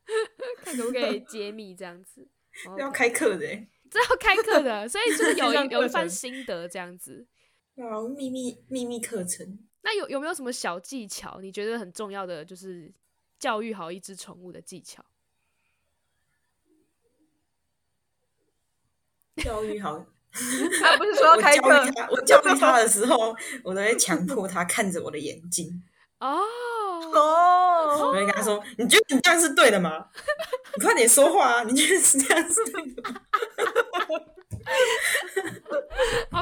[SPEAKER 1] 看可不可以揭秘这样子。哦
[SPEAKER 4] 要开课的、欸，
[SPEAKER 1] 这要开课 的，所以就是有
[SPEAKER 3] 线上
[SPEAKER 1] 一
[SPEAKER 3] 课
[SPEAKER 1] 有一番
[SPEAKER 3] 程
[SPEAKER 1] 心得这样子。
[SPEAKER 4] 对啊，秘密秘密课程，
[SPEAKER 1] 那有有没有什么小技巧？你觉得很重要的就是教育好一只宠物的技巧？
[SPEAKER 4] 教育好。
[SPEAKER 3] 啊，不是说要
[SPEAKER 4] 我
[SPEAKER 3] 开
[SPEAKER 4] 教
[SPEAKER 3] 课
[SPEAKER 4] 育，他，我教育他的时候，我都会强迫他看着我的眼睛，
[SPEAKER 1] 哦，
[SPEAKER 3] 哦，
[SPEAKER 4] 我会跟他说：“你觉得你这样是对的吗？你快点说话啊！你觉得是这样是对的吗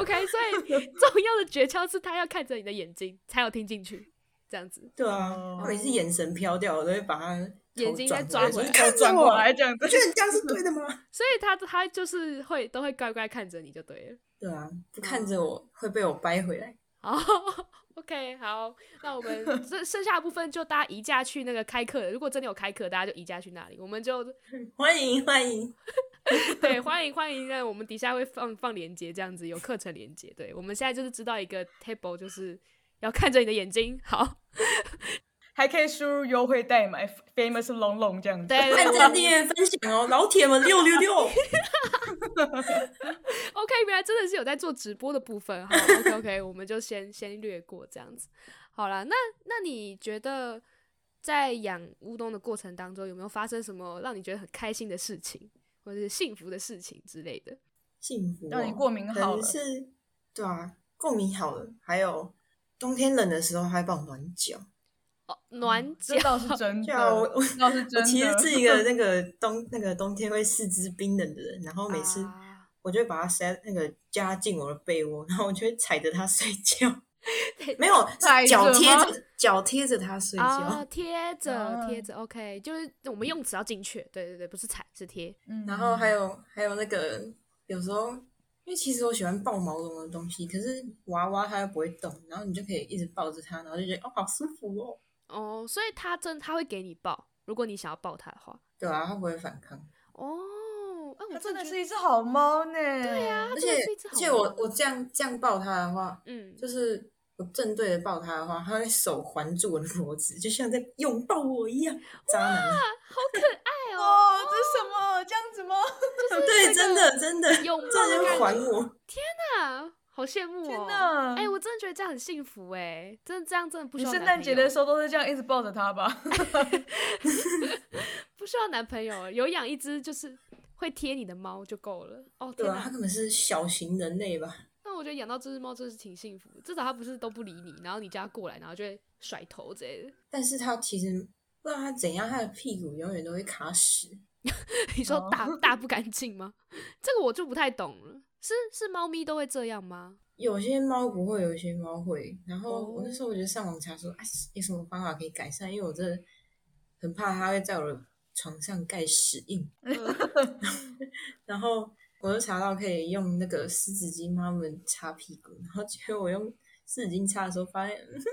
[SPEAKER 1] OK，所以重要的诀窍是它要看着你的眼睛才有听进去，这样子。
[SPEAKER 4] 对啊，
[SPEAKER 3] 哦
[SPEAKER 4] 他每次眼神飘掉，我都会把他头
[SPEAKER 1] 眼睛再
[SPEAKER 4] 转
[SPEAKER 1] 抓回来
[SPEAKER 4] 就是
[SPEAKER 3] 要
[SPEAKER 4] 看着
[SPEAKER 3] 转
[SPEAKER 4] 我
[SPEAKER 3] 过，来这哎样子
[SPEAKER 4] 你，觉得你这样是对的吗？
[SPEAKER 1] 所以它它就是会都会乖乖看着你就对了。
[SPEAKER 4] 对啊，不看着
[SPEAKER 3] 哦
[SPEAKER 4] 我会被我掰回来。
[SPEAKER 1] 哦 ，OK，好，那我们剩剩下的部分就大家移驾去那个开课的。如果真的有开课，大家就移驾去那里。我们就
[SPEAKER 4] 欢迎 欢迎，
[SPEAKER 1] 对欢迎欢迎，那我们底下会放放链接，这样子有课程链接。对，我们现在就是知道一个 table，就是要看着你的眼睛。好，
[SPEAKER 3] 还可以输入优惠代买 famous 龙龙这样子。
[SPEAKER 1] 对对
[SPEAKER 4] 按
[SPEAKER 1] 对
[SPEAKER 4] 赞、订阅、分享哦，老铁们六六六！
[SPEAKER 1] OK，原来真的是有在做直播的部分。好，OK OK，我们就先先略过这样子。好啦，那那你觉得在养乌冬的过程当中，有没有发生什么让你觉得很开心的事情，或者是幸福的事情之类的？
[SPEAKER 4] 幸福、哦，
[SPEAKER 3] 让你过敏好
[SPEAKER 4] 可能
[SPEAKER 3] 了，
[SPEAKER 4] 是对啊，过敏好了，还有冬天冷的时候还帮我暖脚。
[SPEAKER 1] 哦，
[SPEAKER 4] 嗯
[SPEAKER 1] 暖脚
[SPEAKER 3] 这倒是真
[SPEAKER 4] 对啊，我
[SPEAKER 3] 的，
[SPEAKER 4] 我
[SPEAKER 3] 这倒是真
[SPEAKER 4] 我
[SPEAKER 3] 的。
[SPEAKER 4] 其实是一个那个冬那个冬天会四肢冰冷的人，然后 每次
[SPEAKER 1] 啊
[SPEAKER 4] 我就会把它塞那个夹进我的被窝，然后我就会踩着它睡 觉
[SPEAKER 1] 对，
[SPEAKER 4] 没有
[SPEAKER 3] 踩
[SPEAKER 4] 是脚
[SPEAKER 3] 着
[SPEAKER 4] 贴
[SPEAKER 3] 吗
[SPEAKER 4] 着脚贴着它睡觉。
[SPEAKER 1] 啊，贴着
[SPEAKER 3] 啊
[SPEAKER 1] 贴着，OK，就是我们用词要精确，对对对，不是踩是贴，
[SPEAKER 3] 嗯
[SPEAKER 4] 然后还有还有那个有时候，因为其实我喜欢抱毛绒的东西，可是娃娃它又不会动，然后你就可以一直抱着它，然后就觉得哦好舒服哦。
[SPEAKER 1] 哦，所以它真它会给你抱，如果你想要抱它的话，
[SPEAKER 4] 对啊，它不会反抗，
[SPEAKER 1] 哦，哎、我
[SPEAKER 3] 它真的
[SPEAKER 1] 觉
[SPEAKER 3] 是
[SPEAKER 1] 得
[SPEAKER 3] 一只好猫呢。对呀，
[SPEAKER 1] 它真
[SPEAKER 4] 而且
[SPEAKER 1] 的是一只
[SPEAKER 4] 而
[SPEAKER 1] 好
[SPEAKER 4] 且
[SPEAKER 3] 哦
[SPEAKER 4] 我
[SPEAKER 1] 猫
[SPEAKER 4] 我这样这样抱它的话，
[SPEAKER 1] 嗯，
[SPEAKER 4] 就是我正对着抱它的话，它会手环住我的脖子，就像在拥抱我一样。渣男，
[SPEAKER 1] 哎呦，
[SPEAKER 3] 哦，这是什么？这样子吗？
[SPEAKER 4] 对，真的真
[SPEAKER 3] 哦
[SPEAKER 4] 的，
[SPEAKER 1] 拥抱的
[SPEAKER 4] 这样就会
[SPEAKER 1] 感
[SPEAKER 4] 还
[SPEAKER 1] 觉
[SPEAKER 4] 我。
[SPEAKER 1] 啊，好羡慕
[SPEAKER 3] 天
[SPEAKER 1] 哦！
[SPEAKER 3] 哪！
[SPEAKER 1] 哎、我真的觉得这样很幸福哎、真的这样真的不需
[SPEAKER 3] 你
[SPEAKER 1] 要
[SPEAKER 3] 圣
[SPEAKER 1] 男
[SPEAKER 3] 诞
[SPEAKER 1] 朋
[SPEAKER 3] 节的
[SPEAKER 1] 友
[SPEAKER 3] 时候都是这样一直抱着它 吧？
[SPEAKER 1] 不需要男朋友，有养一只就是会贴你的猫就够了。哦
[SPEAKER 4] 对
[SPEAKER 1] 天
[SPEAKER 4] 啊，
[SPEAKER 1] 哪，
[SPEAKER 4] 它根本是小型人类吧？
[SPEAKER 1] 那我觉得养到这只猫真的是挺幸福的，至少它不是都不理你，然后你叫它过来，然后就会甩头之类的。
[SPEAKER 4] 但是它其实不知道它怎样，它的屁股永远都会卡屎。
[SPEAKER 1] 你说
[SPEAKER 3] 哦
[SPEAKER 1] 大、大不干净吗？这个我就不太懂了，是是猫咪都会这样吗？
[SPEAKER 4] 有些猫不会，有些猫会。然后
[SPEAKER 1] 哦
[SPEAKER 4] 我那时候我就上网查说，哎，有什么方法可以改善？因为我真的很怕它会在我的床上盖屎印。 然后我就查到可以用那个湿纸巾帮它们擦屁股，然后结果我用湿纸巾擦的时候发现，嗯哼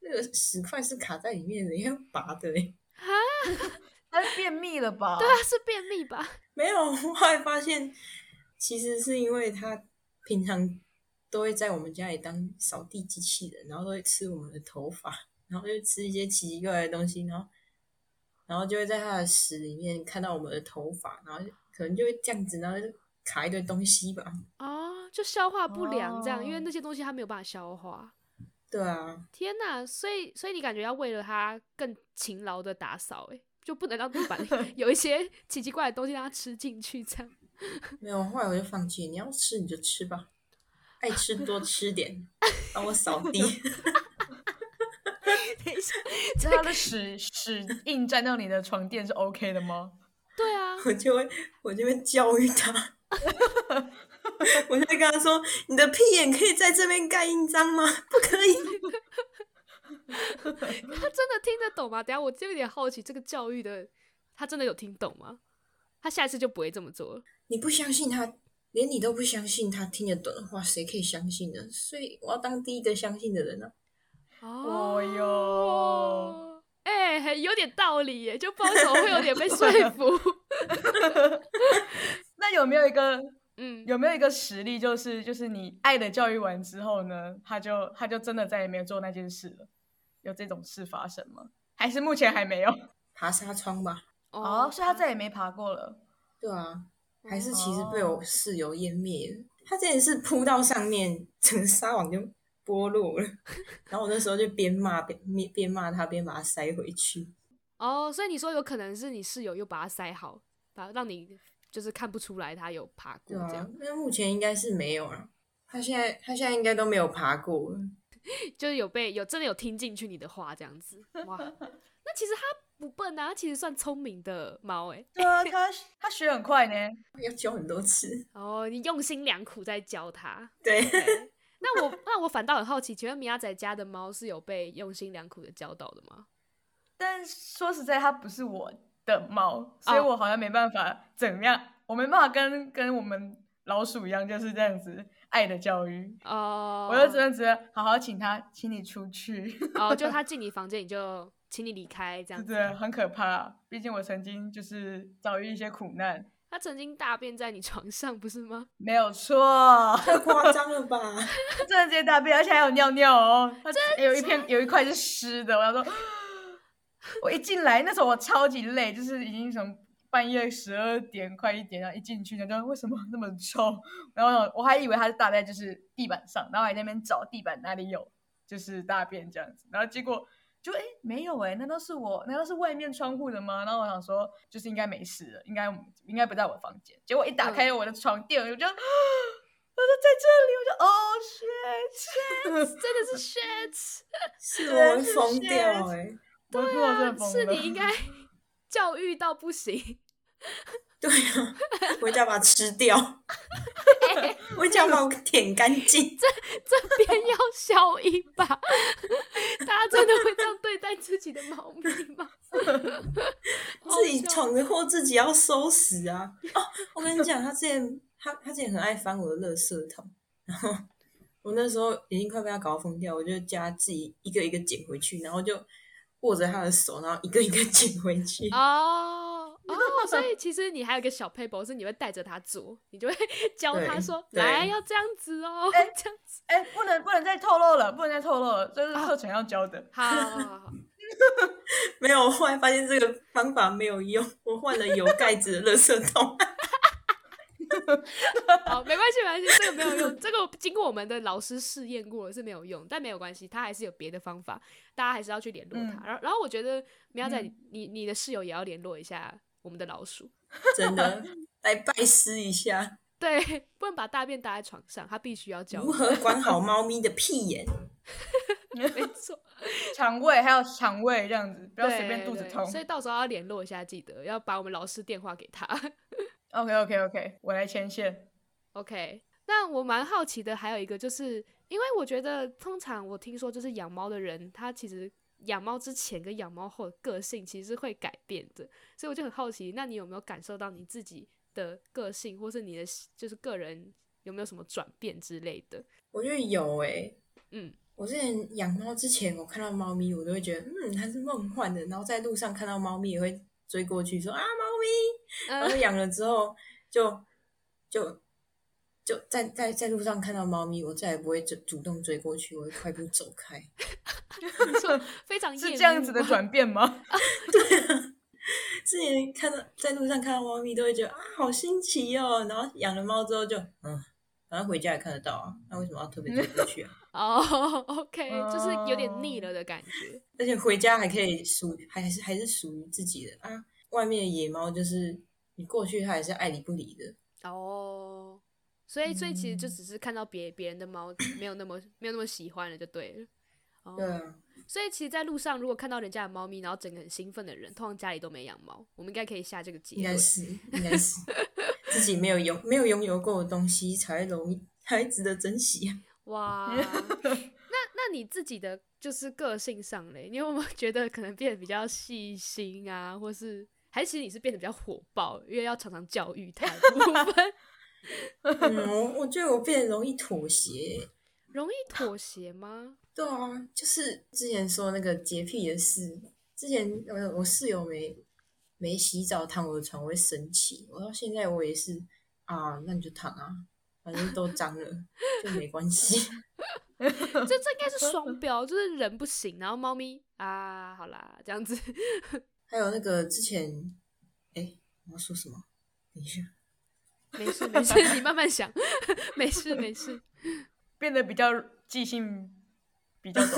[SPEAKER 4] 那个屎块是卡在里面的，要拔的嘞。
[SPEAKER 3] 它是便秘了吧？
[SPEAKER 1] 对啊，是便秘吧？
[SPEAKER 4] 没有，我后来发现其实是因为它平常都会在我们家里当扫地机器人，然后都会吃我们的头发，然后就吃一些奇奇怪怪的东西，然后然后就会在它的屎里面看到我们的头发，然后就可能就会这样子，然后就卡一堆东西吧。
[SPEAKER 1] 哦，就消化不良这样，因为
[SPEAKER 3] 哦
[SPEAKER 1] 那些东西它没有办法消化。
[SPEAKER 4] 对啊，
[SPEAKER 1] 天呐，所以所以你感觉要为了它更勤劳的打扫，哎，就不能让地 板有一些奇奇怪怪的东西让它吃进去，这样。
[SPEAKER 4] 没有，后来我就放弃。你要吃你就吃吧，爱吃多吃点，帮我扫地。
[SPEAKER 1] 等一下，
[SPEAKER 3] 那它的屎屎印沾到你的床垫是 OK 的吗？
[SPEAKER 1] 对啊，
[SPEAKER 4] 我就会，我就会教育他。 我就会跟他说：“你的屁眼可以在这边盖印章吗？不可以。
[SPEAKER 1] 他真的听得懂吗？等一下我就有点好奇，这个教育的他真的有听懂吗？他下一次就不会这么做了。
[SPEAKER 4] 你不相信他，连你都不相信他听得懂的话，谁可以相信呢？所以我要当第一个相信的人啊！
[SPEAKER 3] 哦哟，
[SPEAKER 1] 哎、还有点道理耶，就包头会有点被说服。
[SPEAKER 3] 那有没有一个
[SPEAKER 1] 嗯，
[SPEAKER 3] 有没有一个实例，就是就是你爱的教育完之后呢，他就他就真的再也没有做那件事了？有这种事发生吗？还是目前还没有？
[SPEAKER 4] 爬纱窗吧，
[SPEAKER 3] 哦，所以他再也没爬过了。
[SPEAKER 4] 对啊，还是其实被我室友湮灭了。他之前是扑到上面，整个纱网就剥落了。然后我那时候就边骂边边骂他，边把他塞回去。
[SPEAKER 1] 哦，所以你说有可能是你室友又把它塞好，把让你就是看不出来他有爬过
[SPEAKER 4] 对
[SPEAKER 1] 这
[SPEAKER 4] 啊
[SPEAKER 1] 样，，
[SPEAKER 4] 那目前应该是没有了。他现在他现在应该都没有爬过了。
[SPEAKER 1] 就是有被有真的有听进去你的话这样子。哇，那其实他不笨啊，他其实算聪明的猫哎。
[SPEAKER 3] 对啊，他他学很快呢。
[SPEAKER 4] 要教很多次。
[SPEAKER 1] 哦，你用心良苦在教它。
[SPEAKER 4] 对，
[SPEAKER 1] 对那我那我反倒很好奇，请问米亚仔家的猫是有被用心良苦的教导的吗？
[SPEAKER 3] 但说实在，它不是我的猫，所以
[SPEAKER 1] 哦
[SPEAKER 3] 我好像没办法怎么样，我没办法跟跟我们老鼠一样，就是这样子爱的教育。
[SPEAKER 1] 哦，
[SPEAKER 3] 我就只能只能好好请它，请你出去，
[SPEAKER 1] 哦，就它进你房间，你就请你离开这样
[SPEAKER 3] 真
[SPEAKER 1] 子。
[SPEAKER 3] 的很可怕。啊毕竟我曾经就是遭遇一些苦难，
[SPEAKER 1] 它曾经大便在你床上，不是吗？
[SPEAKER 3] 没有错，
[SPEAKER 4] 太夸张了吧？
[SPEAKER 3] 真的直接大便，而且还有尿尿哦，它有一片有一块是湿的。我想说，我一进来那时候我超级累，就是已经从半夜十二点快一点，然后一进去，然后就为什么那么臭？然后我还以为它是大在就是地板上，然后还在那边找地板哪里有就是大便这样子，然后结果。就哎、诶没有哎、难道是我？难道是外面窗户的吗？然后我想说，就是应该没事了，应该应该不在我房间。结果一
[SPEAKER 1] 嗯
[SPEAKER 3] 打开我的床垫，我就， 啊我就在这里，我就哦 shit，
[SPEAKER 1] 真的是 shit，
[SPEAKER 4] 是我会疯掉哎、
[SPEAKER 3] 我对我真
[SPEAKER 1] 啊
[SPEAKER 3] 的
[SPEAKER 1] 是
[SPEAKER 3] 疯了
[SPEAKER 1] 你应该教育到不行。
[SPEAKER 4] 对啊，回家把它吃掉，回家把我舔干净。
[SPEAKER 1] 这边要消音吧？ 大家真的会这样对待自己的猫咪 吗？
[SPEAKER 4] 自己
[SPEAKER 1] 好笑
[SPEAKER 4] 闯的祸自己要收拾啊！哦，我跟你讲，他之前他他之前很爱翻我的垃圾桶，然后我那时候已经快被他搞疯掉，我就叫他自己一个一个捡回去，然后就握着他的手，然后一个一个捡回去。
[SPEAKER 1] 哦哦，所以其实你还有一个小 paper 是你会带着它做，你就会教它
[SPEAKER 4] 对
[SPEAKER 1] 说，
[SPEAKER 4] 对
[SPEAKER 1] 来要这样子哦，
[SPEAKER 3] 哎
[SPEAKER 1] 这样子。
[SPEAKER 3] 哎、不能不能再透露了，不能再透露了，这是
[SPEAKER 1] 啊
[SPEAKER 3] 课程要教的。
[SPEAKER 1] 好好好好，
[SPEAKER 4] 没有，我后来发现这个方法没有用，我换了有盖子的垃圾桶。
[SPEAKER 1] 好，没关系，没关系，这个没有 用，这个经过我们的老师试验过了是没有用，但没有关系，他还是有别的方法，大家还是要去联络他。
[SPEAKER 3] 嗯
[SPEAKER 1] 然后，然后我觉得苗仔，你你的室友也要联络一下我们的老鼠，
[SPEAKER 4] 真的来拜师一下，
[SPEAKER 1] 对，不能把大便搭在床上，他必须要 教
[SPEAKER 4] 如。何管好猫咪的屁眼？
[SPEAKER 1] 没错，
[SPEAKER 3] 肠胃还有肠胃这样子，不
[SPEAKER 1] 不
[SPEAKER 3] 要随便肚子痛。
[SPEAKER 1] 所以到时候要联络一下，记得要把我们老师电话给他。
[SPEAKER 3] OK OK OK，我来牵线。
[SPEAKER 1] OK，那我蛮好奇的，还有一个就是，因为我觉得通常我听说，就是养猫的人，他其实养猫之前跟养猫后的个性其实是会改变的，所以我就很好奇，那你有没有感受到你自己的个性，或是你的就是个人有没有什么转变之类的？
[SPEAKER 4] 我觉得有诶、
[SPEAKER 1] 嗯，
[SPEAKER 4] 我之前养猫之前，我看到猫咪，我都会觉得，嗯，它是梦幻的。然后在路上看到猫咪，也会追过去说啊，猫咪。然后
[SPEAKER 1] 呃，
[SPEAKER 4] 养了之后，就就就在在在路上看到猫咪，我再也不会主主动追过去，我会快步走开。
[SPEAKER 1] 你 说非常
[SPEAKER 3] 是
[SPEAKER 1] 厌
[SPEAKER 3] 这样
[SPEAKER 1] 恶
[SPEAKER 3] 子的
[SPEAKER 1] 吗
[SPEAKER 3] 转变吗？
[SPEAKER 4] 之前看到在路上看到猫咪，都会觉得啊，好新奇哦。然后养了猫之后就，嗯，反正回家也看得到啊，那为什么要特别追过去啊？
[SPEAKER 1] 哦，OK，就是有点
[SPEAKER 3] 哦
[SPEAKER 1] 腻了的感觉。
[SPEAKER 4] 而且回家还可以属，还是还是属于自己的啊。外面的野猫就是你过去，它也是爱理不理的。
[SPEAKER 1] 哦，所以所以其实就
[SPEAKER 3] 嗯
[SPEAKER 1] 只是看到别别人的猫没有那么没有那么喜欢了就对了。哦，
[SPEAKER 4] 对啊，
[SPEAKER 1] 所以其实，在路上如果看到人家的猫咪，然后整个很兴奋的人，通常家里都没养猫。我们应该可以下这个结
[SPEAKER 4] 应该
[SPEAKER 1] 论。
[SPEAKER 4] 是，应该是自己没有拥没有拥有过的东西，才会容易，才会值得珍惜啊。
[SPEAKER 1] 哇，那那你自己的就是个性上嘞，你有没有觉得可能变得比较细心啊，或是还是其实你是变得比较火爆，因为要常常教育它的部分？
[SPEAKER 4] 嗯，我我觉得我变得容易妥协。
[SPEAKER 1] 容易妥协吗？
[SPEAKER 4] 对啊，就是之前说那个洁癖的事，之前我我室友没没洗澡躺我的床，我会生气。我到现在我也是啊，那你就躺啊，反正都脏了，就没关系。
[SPEAKER 1] 这这应该是双标，就是人不行，然后猫咪啊，好啦，这样子
[SPEAKER 4] 还有那个之前，哎，我要说什么？等一下，
[SPEAKER 1] 没 事没事，你慢慢想， 没事没事。
[SPEAKER 3] 变得比较记性比 较短。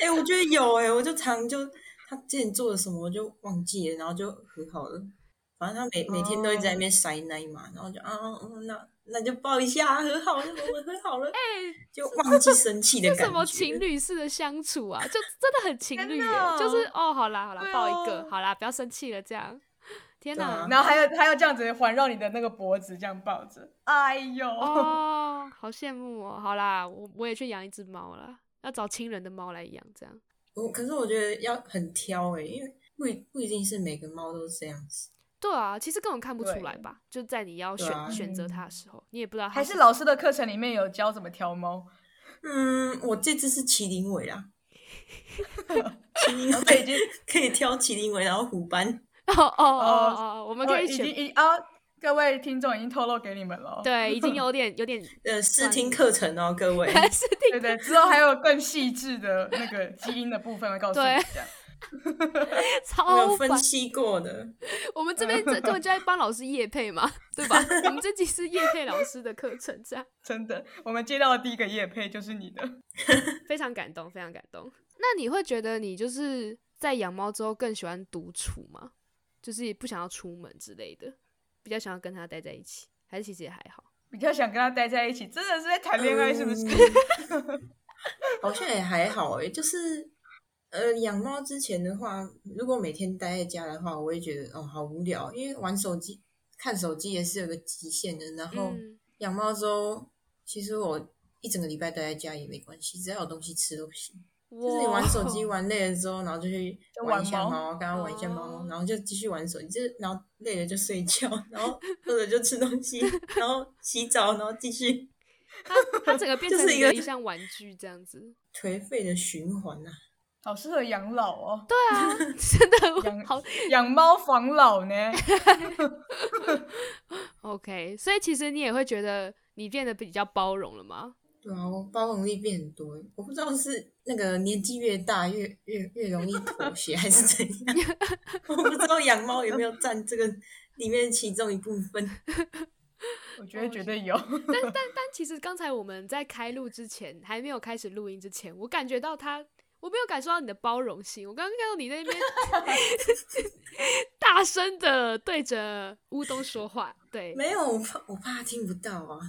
[SPEAKER 4] 哎，我觉得有哎、我就常就他之前做了什么，我就忘记了，然后就和好了。反正他每每天都一直在那边塞奶嘛，然后就啊，嗯那那就抱一下，和好了，我们和好了，就忘记生气的
[SPEAKER 1] 哎这
[SPEAKER 4] 感
[SPEAKER 1] 什
[SPEAKER 4] 觉。
[SPEAKER 1] 么情侣式的相处啊？就真的很情侣耶
[SPEAKER 3] 真的哦
[SPEAKER 1] 就是哦，好啦好啦
[SPEAKER 3] 对，啊啊
[SPEAKER 1] 抱一个，好啦，不要生气了，这样。天哪
[SPEAKER 4] 对！
[SPEAKER 3] 然后还有还有这样子环绕你的那个脖子这样抱着，哎呦，
[SPEAKER 1] 哦，好羡慕哦。好啦，我我也去养一只猫啦，要找亲人的猫来养，这样。
[SPEAKER 4] 我可是我觉得要很挑哎、因为不一不一定是每个猫都是这样子。
[SPEAKER 1] 对啊，其实根本看不出
[SPEAKER 3] 对嗯
[SPEAKER 1] 来吧？就在你要
[SPEAKER 4] 对
[SPEAKER 1] 选、
[SPEAKER 4] 啊
[SPEAKER 1] 选择它的时候，你也不知道它
[SPEAKER 3] 还是老师的课程里面有教怎么挑猫，
[SPEAKER 4] 嗯，我这只是麒麟 尾啦，麒麟
[SPEAKER 3] 这已
[SPEAKER 4] 尾
[SPEAKER 3] 经
[SPEAKER 4] 可以挑麒麟尾，然后虎斑。
[SPEAKER 1] 哦哦哦哦哦，我们可
[SPEAKER 3] 哦
[SPEAKER 1] 以
[SPEAKER 3] 已经
[SPEAKER 1] 选。
[SPEAKER 3] 已啊，各位听众已经透露给你们了。哦
[SPEAKER 1] 对，已经有点有 点
[SPEAKER 4] 呃，试听课程哦，各位。
[SPEAKER 1] 是定
[SPEAKER 3] 对对，之后还有更细致的那个基因的部分会告诉你
[SPEAKER 1] 对
[SPEAKER 3] 这样。
[SPEAKER 4] 我
[SPEAKER 1] 超
[SPEAKER 4] 有
[SPEAKER 1] 烦
[SPEAKER 4] 分。析过的，
[SPEAKER 1] 我们这
[SPEAKER 3] 嗯
[SPEAKER 1] 边这 根本就在帮老师夜配嘛，对吧？我们这集是夜配老师的课程，这样
[SPEAKER 3] 真的，我们接到的第一个业配就是你的。
[SPEAKER 1] 非常感动，非常感动。那你会觉得你就是在养猫之后更喜欢独处吗？就是也不想要出门之类的，比较想要跟它待在一起，还是其实也还好？
[SPEAKER 3] 比较想跟他待在一起，真的是在谈恋爱，是不是？
[SPEAKER 4] 嗯好像也还好哎、就是呃，养猫之前的话，如果每天待在家的话，我会觉得哦好无聊，因为玩手机、看手机也是有个极限的。然后
[SPEAKER 1] 嗯，
[SPEAKER 4] 养猫之后，其实我一整个礼拜待在家也没关系，只要有东西吃都行。就是你玩手机
[SPEAKER 1] 哇，
[SPEAKER 4] 玩累了之后，然后就去
[SPEAKER 3] 就玩
[SPEAKER 4] 玩一下
[SPEAKER 3] 猫
[SPEAKER 4] 猫，跟它玩一下猫
[SPEAKER 1] 哦，
[SPEAKER 4] 然后就继续玩手机，就是然后累了就睡觉，然后饿了就吃东西，然后洗澡，然后继续。
[SPEAKER 1] 它整个变成
[SPEAKER 4] 就是
[SPEAKER 1] 你
[SPEAKER 4] 一个
[SPEAKER 1] 的一项玩具这样 子。
[SPEAKER 4] 颓废的循环呐、啊。
[SPEAKER 3] 好适合养老哦，
[SPEAKER 1] 对啊，真的
[SPEAKER 3] 养
[SPEAKER 1] 好
[SPEAKER 3] 养猫防老 呢。
[SPEAKER 1] OK。所以其实你也会觉得你变得比较包容了吗？
[SPEAKER 4] 对啊，我包容力变很多欸，我不知道是那个年纪越大越越越容易妥协，还是怎样。 我不知道养猫有没有占这个里面其中一部分。
[SPEAKER 3] 我觉得绝对有，
[SPEAKER 1] 但但但其实刚才我们在开录之前，还没有开始录音之前，我感觉到他，我没有感受到你的包容性。我刚刚看到你在那边 大声的对着乌冬说话，对，
[SPEAKER 4] 没有，我怕我怕它听不到啊。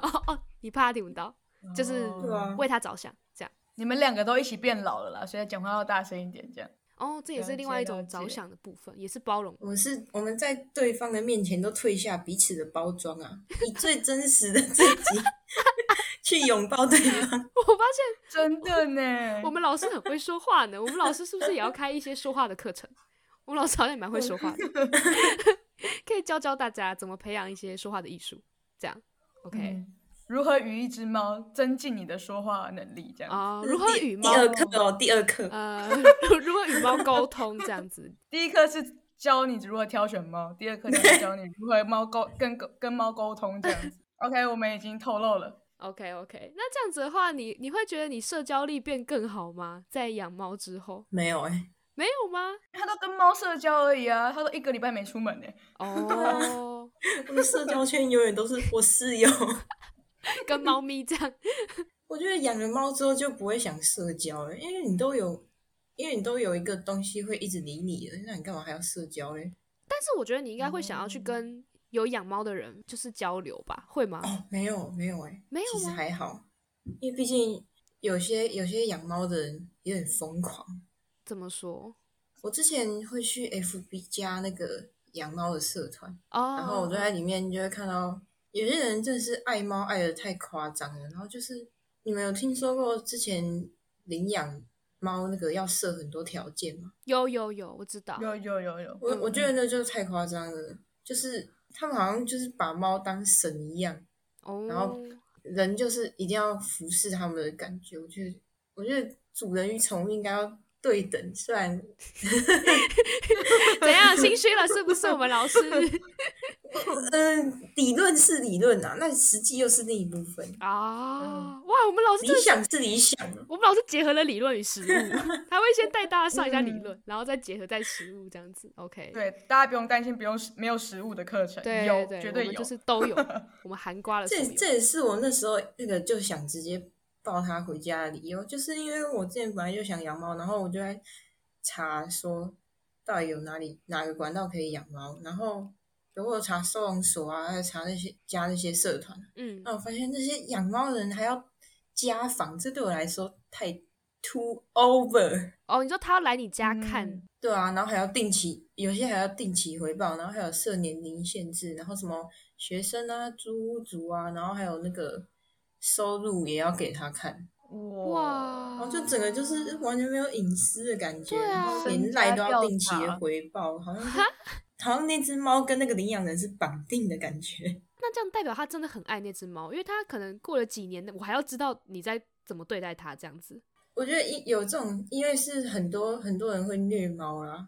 [SPEAKER 1] 哦哦，你怕他听不到，就是
[SPEAKER 3] 哦
[SPEAKER 4] 对啊，
[SPEAKER 1] 为他着想，这样。
[SPEAKER 3] 你们两个都一起变老了啦，所以讲话要大声一点，这样。
[SPEAKER 1] 哦，这也是
[SPEAKER 3] 了
[SPEAKER 1] 另
[SPEAKER 3] 解
[SPEAKER 1] 外一
[SPEAKER 3] 了
[SPEAKER 1] 种着
[SPEAKER 3] 解
[SPEAKER 1] 想的部分，也是包容。
[SPEAKER 4] 我是我们在对方的面前都退下彼此的包装啊，以最真实的 自己去拥抱对方。
[SPEAKER 1] 我发现
[SPEAKER 3] 真的呢，
[SPEAKER 1] 我们老师很会说话呢，我们老师是不是也要开一些说话的课程？我们老师好像也蛮会说话的， 可以教教大家怎么培养一些说话的艺术，这样。OK，、
[SPEAKER 3] 嗯如何与一只猫增进你的说话能力，这样。
[SPEAKER 1] 啊、
[SPEAKER 4] 这是
[SPEAKER 1] 如何
[SPEAKER 4] 第
[SPEAKER 1] 与
[SPEAKER 4] 第
[SPEAKER 1] 猫
[SPEAKER 4] 二课哦，第二课。
[SPEAKER 1] 呃， 如如何与猫沟通这样子？
[SPEAKER 3] 第一课是教你如何挑选猫，第二课就是教你如何猫沟跟狗跟猫沟通这 样子。OK，我们已经透露了。
[SPEAKER 1] OK OK，那这样子的话，你你会觉得你社交力变更好吗？在养猫之后，
[SPEAKER 4] 没有哎、
[SPEAKER 1] 没有吗？
[SPEAKER 3] 他都跟猫社交而已啊，他都一个礼拜没出门呢、
[SPEAKER 1] 哦，
[SPEAKER 4] 我的社交圈永远都是我室友。
[SPEAKER 1] 跟猫咪这样，
[SPEAKER 4] 我觉得养了猫之后就不会想社交了，因为你都有，因为你都有一个东西会一直理你了，那你干嘛还要社交嘞？
[SPEAKER 1] 但是我觉得你应该会想要去跟有养猫的人就是交流吧？会吗？
[SPEAKER 4] 哦，没有没有哎、欸，
[SPEAKER 1] 没有
[SPEAKER 4] 其实
[SPEAKER 1] 吗
[SPEAKER 4] 还好，因为毕竟有些有些养猫的人有点疯狂。
[SPEAKER 1] 怎么说？
[SPEAKER 4] 我之前会去 FB 加那个养猫的社团，
[SPEAKER 1] 哦，
[SPEAKER 4] 然后我就在里面就会看到有些人真的是爱猫爱的太夸张了，然后就是你们有听说过之前领养猫那个要设很多条件吗？
[SPEAKER 1] 有有有，我知道，
[SPEAKER 3] 有有有有，
[SPEAKER 4] 我我觉得那就太夸张了，就是他们好像就是把猫当神一样，
[SPEAKER 1] 哦，
[SPEAKER 4] 然后人就是一定要服侍他们的感觉。我觉得，我觉得主人与宠物应该要对等，虽然
[SPEAKER 1] 怎样心虚了是不是？我们老 师
[SPEAKER 4] 嗯、理论是理论啊，那实际又是另一部分。嗯
[SPEAKER 1] 啊，哇，我们老师
[SPEAKER 4] 理
[SPEAKER 1] 真的是
[SPEAKER 4] 想是理想，
[SPEAKER 1] 我们老师结合了理论与实 务，他会先带大家上一下
[SPEAKER 4] 嗯
[SPEAKER 1] 理论，然后再结合在实务这样子。OK，
[SPEAKER 3] 对，大家不用担心，不用没有实物的课程，
[SPEAKER 1] 对
[SPEAKER 3] 有
[SPEAKER 1] 对，
[SPEAKER 3] 绝对
[SPEAKER 1] 我
[SPEAKER 3] 有，
[SPEAKER 1] 们就是都 有，我们含瓜了所
[SPEAKER 4] 这
[SPEAKER 1] 有。
[SPEAKER 4] 这也是我那时候那个就想直接抱它回家的理由，就是因为我之前本来就想养猫，然后我就在查说到底有哪里哪个管道可以养猫，然后有我有查收容所啊，还有查那些加那些社团，
[SPEAKER 1] 嗯，
[SPEAKER 4] 那我发现那些养猫的人还要家访，这对我来说太 too over。
[SPEAKER 1] 哦，你说他要来你家看
[SPEAKER 3] 嗯，
[SPEAKER 4] 对啊，然后还要定期，有些还要定期回报，然后还有设年龄限制，然后什么学生啊、租屋族啊，然后还有那个收入也要给他看，
[SPEAKER 3] 哇，
[SPEAKER 1] 哇，
[SPEAKER 4] 然后哦就整个就是完全没有隐私的感觉，
[SPEAKER 1] 对啊
[SPEAKER 4] 然后连赖都要定期
[SPEAKER 3] 身家调
[SPEAKER 4] 的
[SPEAKER 3] 查
[SPEAKER 4] 回报，好像就好像那只猫跟那个领养人是绑定的感觉。
[SPEAKER 1] 那这样代表他真的很爱那只猫，因为他可能过了几年，我还要知道你在怎么对待它这样子。
[SPEAKER 4] 我觉得一有这种，因为是很多很多人会虐猫啦，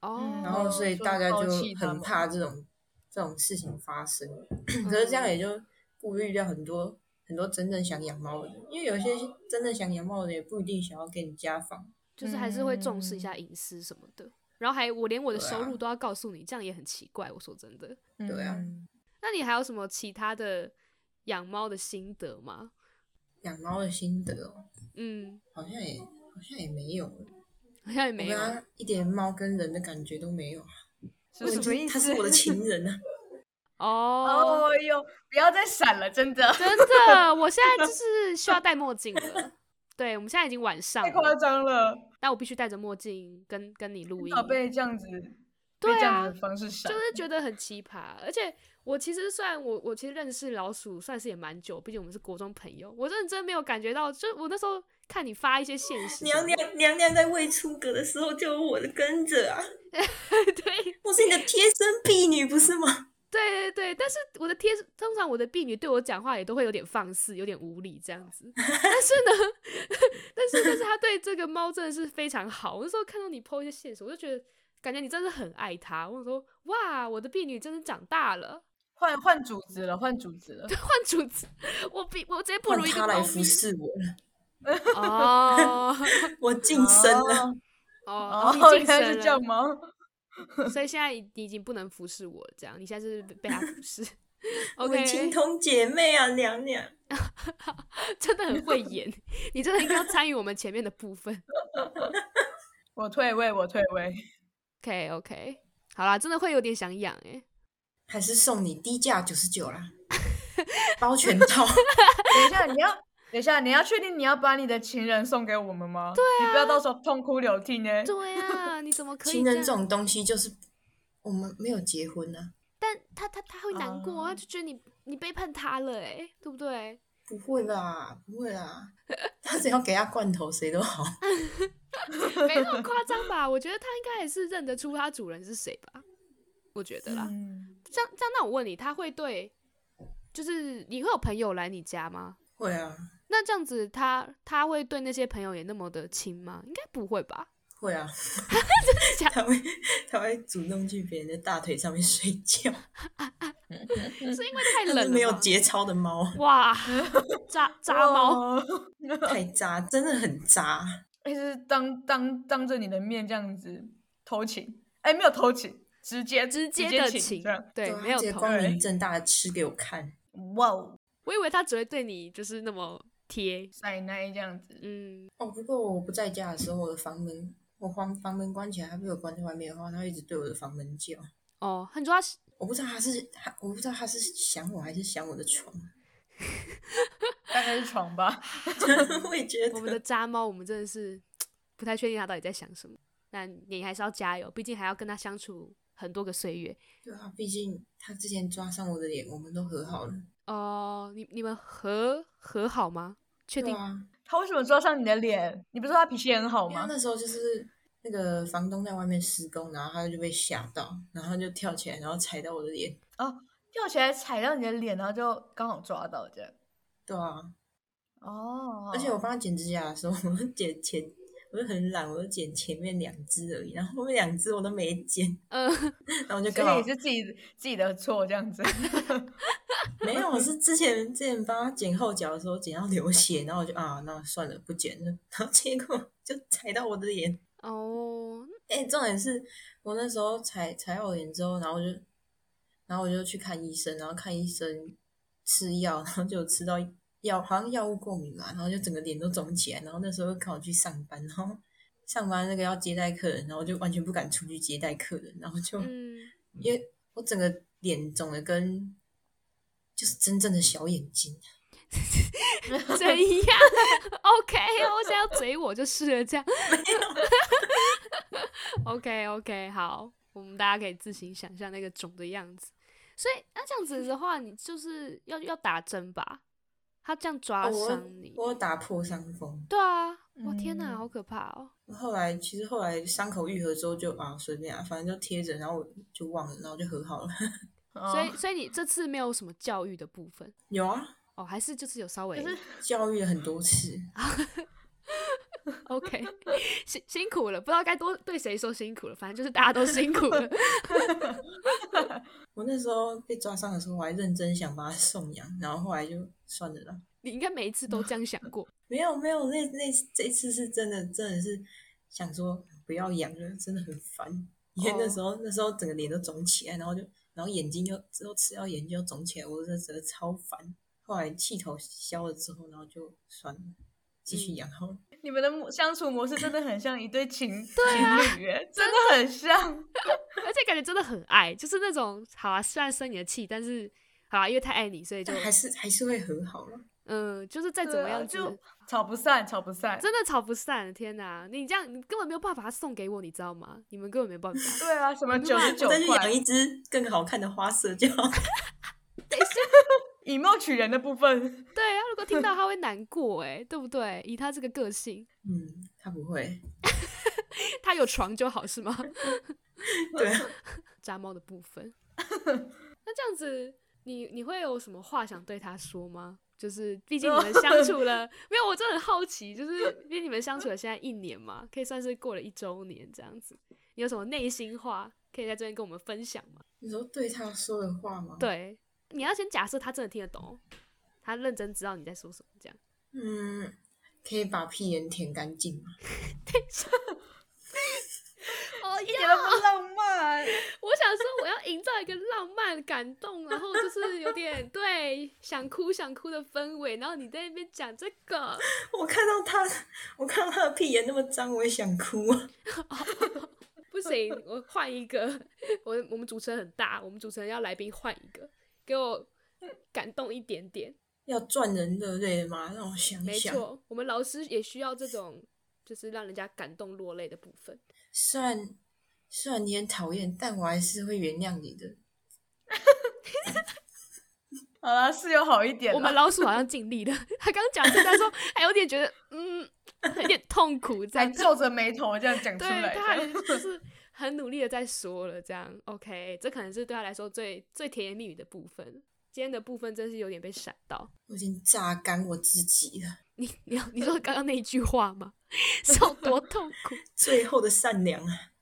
[SPEAKER 1] 哦，
[SPEAKER 3] 嗯
[SPEAKER 4] 然后所以大家
[SPEAKER 3] 就
[SPEAKER 4] 就
[SPEAKER 3] 抛弃他
[SPEAKER 4] 很
[SPEAKER 3] 们
[SPEAKER 4] 怕这种这种事情发生。 可是
[SPEAKER 3] 哦
[SPEAKER 4] 这样也就顾虑掉很多很多真正想养猫的人，因为有些真正想养猫的人也不一定想要给你家访。
[SPEAKER 1] 就是还是会重视一下隐私什么的。然后还我连我的
[SPEAKER 4] 嗯对啊
[SPEAKER 1] 收入都要告诉你，这样也很奇怪。我说真的，
[SPEAKER 4] 对啊
[SPEAKER 3] 嗯
[SPEAKER 1] 那你还有什么其他的养猫的心得吗？
[SPEAKER 4] 养猫的心得哦，
[SPEAKER 1] 嗯，
[SPEAKER 4] 好像也好像也没有，
[SPEAKER 1] 好像也没有
[SPEAKER 4] 我。跟它一点猫跟人的感觉都没有。
[SPEAKER 3] 是什么意思？
[SPEAKER 4] 它是我的情 人啊，
[SPEAKER 1] 哦，
[SPEAKER 3] 哦哟，不要再闪了，真的
[SPEAKER 1] 真的，我现在就是需要戴墨镜了。对，我们现在已经晚上
[SPEAKER 3] 太夸
[SPEAKER 1] 了，
[SPEAKER 3] 张了，
[SPEAKER 1] 但我必须戴着墨镜跟跟你录音
[SPEAKER 3] 宝，被这样子，
[SPEAKER 1] 对啊
[SPEAKER 3] 被这样子的方式闪
[SPEAKER 1] 就，是觉得很奇葩。而且我其实算我我其实认识老鼠算是也蛮久，毕竟我们是国中朋友，我认真没有感觉到，就我那时候看你发一些现实，
[SPEAKER 4] 娘娘娘娘在未出阁的时候就有我的跟着啊，
[SPEAKER 1] 对。
[SPEAKER 4] 我是你的贴身婢女不是吗？
[SPEAKER 1] 对对对，但是我的贴，通常我的婢女对我讲话也都会有点放肆，有点无理这样 子。但是呢， 但是但是她对这个猫真的是非常好。我那时候看到你 PO 一些线索，我就觉得感觉你真的很爱它。我想说，哇，我的婢女真的长大了，
[SPEAKER 3] 换换主子了，换主 子了，
[SPEAKER 1] 换主子，我比我直接不
[SPEAKER 4] 换
[SPEAKER 1] 如一个
[SPEAKER 4] 它
[SPEAKER 1] 猫
[SPEAKER 4] 来
[SPEAKER 1] 咪
[SPEAKER 4] 服侍 我了，
[SPEAKER 1] 哦
[SPEAKER 4] 我晋升了。
[SPEAKER 3] 哦
[SPEAKER 1] 哦，
[SPEAKER 3] 哦，
[SPEAKER 1] 你
[SPEAKER 3] 原来是
[SPEAKER 1] 晋
[SPEAKER 3] 这样
[SPEAKER 1] 升
[SPEAKER 3] 吗？
[SPEAKER 1] 了，所以现在你已经不能服侍我了，这样你现在是被它服侍。
[SPEAKER 4] 我们
[SPEAKER 1] OK，
[SPEAKER 4] 情同姐妹啊，娘娘。
[SPEAKER 1] 真的很会演，你真的应该要参与我们前面的部分。
[SPEAKER 3] 我退位，我退位，
[SPEAKER 1] OK OK，好啦，真的会有点想养哎、
[SPEAKER 4] 还是送你低价九十九啦， 包全套。
[SPEAKER 3] 等一下你要。等一下，你要确定你要把你的情人送给我们吗？对
[SPEAKER 1] 啊
[SPEAKER 3] 你不要到时候痛哭流涕呢。
[SPEAKER 1] 对啊， 你怎么可以
[SPEAKER 4] 情人这
[SPEAKER 1] 样？
[SPEAKER 4] 种东西就是我们没有结婚啊呢、
[SPEAKER 1] 但他他他会难过，
[SPEAKER 3] 啊
[SPEAKER 1] 他就觉得你你背叛他了哎、对不对？
[SPEAKER 4] 不会啦，不会啦，他只要给他罐头，谁都好。
[SPEAKER 1] 没那么夸张吧？我觉得他应该也是认得出他主人是谁吧？我觉得啦，
[SPEAKER 3] 嗯，
[SPEAKER 1] 这样这样，那我问你，他会对，就是你会有朋友来你家吗？
[SPEAKER 4] 会啊，
[SPEAKER 1] 那这样子他，他会对那些朋友也那么的亲吗？应该不会吧？
[SPEAKER 4] 会啊
[SPEAKER 1] 假，
[SPEAKER 4] 他会他会主动去别人的大腿上面睡觉，
[SPEAKER 1] 是因为太
[SPEAKER 4] 它
[SPEAKER 1] 冷
[SPEAKER 4] 是
[SPEAKER 1] 了
[SPEAKER 4] 没有
[SPEAKER 1] 吗
[SPEAKER 4] 节操的猫，
[SPEAKER 1] 哇，渣渣猫。
[SPEAKER 3] 哦，
[SPEAKER 4] 太渣，真的很渣。
[SPEAKER 3] 哎，就是当当当着你的面这样子偷情，哎，没有偷情，直接
[SPEAKER 1] 直接
[SPEAKER 3] 接
[SPEAKER 1] 的
[SPEAKER 3] 请
[SPEAKER 1] 情
[SPEAKER 3] 这样，，
[SPEAKER 1] 对，
[SPEAKER 4] 啊
[SPEAKER 1] 没有
[SPEAKER 4] 直接
[SPEAKER 1] 头。
[SPEAKER 4] 光明正大的吃给我看，
[SPEAKER 3] 哇哦，
[SPEAKER 1] 我以为他只会对你就是那么贴，
[SPEAKER 3] 奶奶这样子，
[SPEAKER 1] 嗯，
[SPEAKER 4] 哦，不过我不在家的时候，我的房门，我房房门关起来，它被我关在外面的话，它会一直对我的房门叫。
[SPEAKER 1] 哦，很抓是
[SPEAKER 4] 我不知道他是他，我不知道他是想我还是想我的床。
[SPEAKER 3] 大概是床吧。
[SPEAKER 4] 我也觉
[SPEAKER 1] 我们的
[SPEAKER 4] 得，
[SPEAKER 1] 渣猫，我们真的是不太确定他到底在想什么。那你还是要加油，毕竟还要跟他相处很多个岁月。
[SPEAKER 4] 对啊，毕竟他之前抓伤我的脸，我们都和好了。
[SPEAKER 3] 嗯
[SPEAKER 1] 哦、你你们和和好吗？确
[SPEAKER 4] 对
[SPEAKER 1] 定？
[SPEAKER 4] 啊，
[SPEAKER 3] 他为什么抓上你的脸？你不是说他脾气很好
[SPEAKER 4] 因为他
[SPEAKER 3] 吗？
[SPEAKER 4] 那时候就是那个房东在外面施工，然后他就被吓到，然后就跳起来，然后踩到我的脸。
[SPEAKER 3] 哦，跳起来踩到你的脸，然后就刚好抓到这样。
[SPEAKER 4] 对啊，
[SPEAKER 3] 哦，
[SPEAKER 4] 而且我帮他剪指甲的时候， 我就剪前，我就很懒，我就剪前面两只而已，然后后面两只我都没剪，
[SPEAKER 1] 嗯，
[SPEAKER 4] 然后我就
[SPEAKER 3] 所
[SPEAKER 4] 刚
[SPEAKER 3] 以
[SPEAKER 4] 好
[SPEAKER 3] 也是自己自己的错这样子。
[SPEAKER 4] 没有，我是之前之前帮他剪后脚的时候剪到流血，然后我就啊，那算了，不剪了。 然后结果就踩到我的脸，
[SPEAKER 1] 哦，
[SPEAKER 4] 哎、重点是我那时候踩踩到我脸之后，然后我就然后我就去看医生，然后看医生吃药，然后就吃到药好像药物过敏吧，然后就整个脸都肿起来。然后那时候刚好去上班，然后上班那个要接待客人，然后我就完全不敢出去接待客人，然后就。
[SPEAKER 1] 嗯，
[SPEAKER 4] 因为我整个脸肿的跟就是真正的小眼睛，
[SPEAKER 1] 怎样？OK，我想要嘴我就是了，这样。OK OK，好，我们大家可以自行想象那个肿的样子。所以那这样子的话，你就是要要打针吧？他这样抓
[SPEAKER 4] 哦我
[SPEAKER 1] 伤你？
[SPEAKER 4] 我有打破伤风。
[SPEAKER 1] 对啊，哇天哪，
[SPEAKER 3] 嗯
[SPEAKER 1] 好可怕哦！
[SPEAKER 4] 后来其实后来伤口愈合之后就啊随便啊，反正就贴着，然后我就忘了，然后就和好了。
[SPEAKER 3] 哦
[SPEAKER 1] 所以所以你这次没有什么教育的部分
[SPEAKER 4] 有啊，
[SPEAKER 1] 哦，还是就是有稍微
[SPEAKER 3] 就是
[SPEAKER 4] 教育了很多次，
[SPEAKER 1] OK，辛 辛苦了，不知道该多对谁说辛苦了，反正就是大家都辛苦 了。
[SPEAKER 4] 我那时候被抓伤的时候，我还认真想把它送养，然后后来就算了啦。
[SPEAKER 1] 你应该每一次都这样想过，
[SPEAKER 4] 没有没有，那那这一次是真的，真的是想说不要养了，真的很烦。因为那时候、那时候整个脸都肿起来，然后就然后眼睛又之后吃药眼睛又肿起来，我真的觉得超烦。后来气头消了之后，然后就算了，继续养好了。
[SPEAKER 3] 你们的模相处模式真的很像一对情
[SPEAKER 1] 啊
[SPEAKER 3] 情侣耶，真的很像。
[SPEAKER 1] 而且感觉真的很爱，就是那种好啊，虽然生你的气，但是好啊，因为太爱你，所以就
[SPEAKER 4] 但还是还是会和好了。
[SPEAKER 1] 嗯，就是再怎
[SPEAKER 3] 对
[SPEAKER 1] 么
[SPEAKER 3] 啊
[SPEAKER 1] 样子，
[SPEAKER 3] 就吵不散，吵不散。
[SPEAKER 1] 真的吵不散。天哪，你这样你根本没有办法把它送给我，你知道吗？你们根本没办法。
[SPEAKER 3] 对啊，什么九十九
[SPEAKER 4] 再去
[SPEAKER 3] 块
[SPEAKER 4] 养一只更好看的花色就好。
[SPEAKER 3] 以貌取人的部 分，
[SPEAKER 1] 对啊，如果听到他会难过，哎，对不对？以他这个个性，
[SPEAKER 4] 嗯，它不会。
[SPEAKER 1] 他有床就好，是吗？
[SPEAKER 4] 对啊，
[SPEAKER 1] 渣猫的部分。 那这样子，你你会有什么话想对他说吗？就是毕竟你们相处了，没有，我真的很好奇，就是毕竟你们相处了现在一年嘛，可以算是过了一周年这样子，你有什么内心话可以在这边跟我们分享吗？
[SPEAKER 4] 你说对它说的话吗？
[SPEAKER 1] 对，你要先假设他真的听得懂哦，他认真知道你在说什么这样。
[SPEAKER 4] 嗯，可以把屁眼舔干净吗？
[SPEAKER 1] 哦
[SPEAKER 3] 一点都不浪漫。
[SPEAKER 1] 我想说，我要营造一个浪漫、感动，然后就是有点对想哭想哭的氛围，然后你在那边讲这个。
[SPEAKER 4] 我看到他， 我看到他的屁眼那么脏，我也想哭啊！
[SPEAKER 1] 不行，我换一个。 我我们主持人很大，我们主持人要来宾换一个，给我感动一点点。
[SPEAKER 4] 要赚人热泪吗？让我想一
[SPEAKER 1] 没
[SPEAKER 4] 想。
[SPEAKER 1] 错，我们老师也需要这种，就是让人家感动落泪的部分。
[SPEAKER 4] 虽然虽然你很讨厌，但我还是会原谅你的。
[SPEAKER 3] 好啦，是有好一点
[SPEAKER 1] 我们
[SPEAKER 3] 啦。
[SPEAKER 1] 老鼠好像尽力了，他刚讲这段说还有点觉得， 嗯，有点痛苦这
[SPEAKER 3] 还
[SPEAKER 1] 样。
[SPEAKER 3] 皱着眉头这样讲出
[SPEAKER 1] 对
[SPEAKER 3] 来，
[SPEAKER 1] 他还
[SPEAKER 3] 这
[SPEAKER 1] 就
[SPEAKER 3] 样
[SPEAKER 1] 是很努力的在说了，这样 OK，这可能是对他来说最最甜言蜜语的部分。今天的部分真是有点被闪到。
[SPEAKER 4] 我已经榨干我自己了，
[SPEAKER 1] 你你要你说刚刚那一句话吗？ 是有多痛苦？
[SPEAKER 4] 最后的善良啊！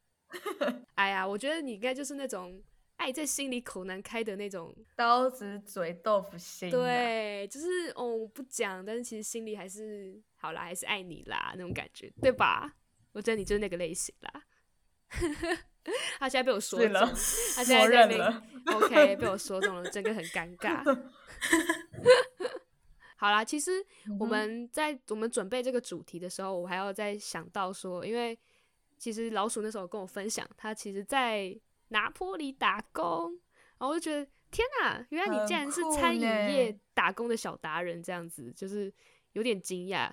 [SPEAKER 1] 哎呀，我觉得你应该就是那种爱在心里口难开的那种，
[SPEAKER 3] 刀子嘴豆腐心啊。
[SPEAKER 1] 对，就是哦不讲，但是其实心里还是好啦，还是爱你啦那种感觉，对吧？我觉得你就是那个类型啦。 他现在被我说
[SPEAKER 3] 是
[SPEAKER 1] 中，
[SPEAKER 3] 了
[SPEAKER 1] 他现在在
[SPEAKER 3] 默
[SPEAKER 1] 那
[SPEAKER 3] 认
[SPEAKER 1] 边
[SPEAKER 3] 了。
[SPEAKER 1] OK，被我说中了，真的很尴尬。 好啦，其实
[SPEAKER 3] 嗯
[SPEAKER 1] 我们在我们准备这个主题的时候，我还要再想到说，因为其实老鼠那时候跟我分享，他其实在拿坡里打工，然后我就觉得天哪，原来你竟然是
[SPEAKER 3] 很酷
[SPEAKER 1] 餐饮业
[SPEAKER 3] 呢
[SPEAKER 1] 打工的小达人，这样子就是有点惊讶，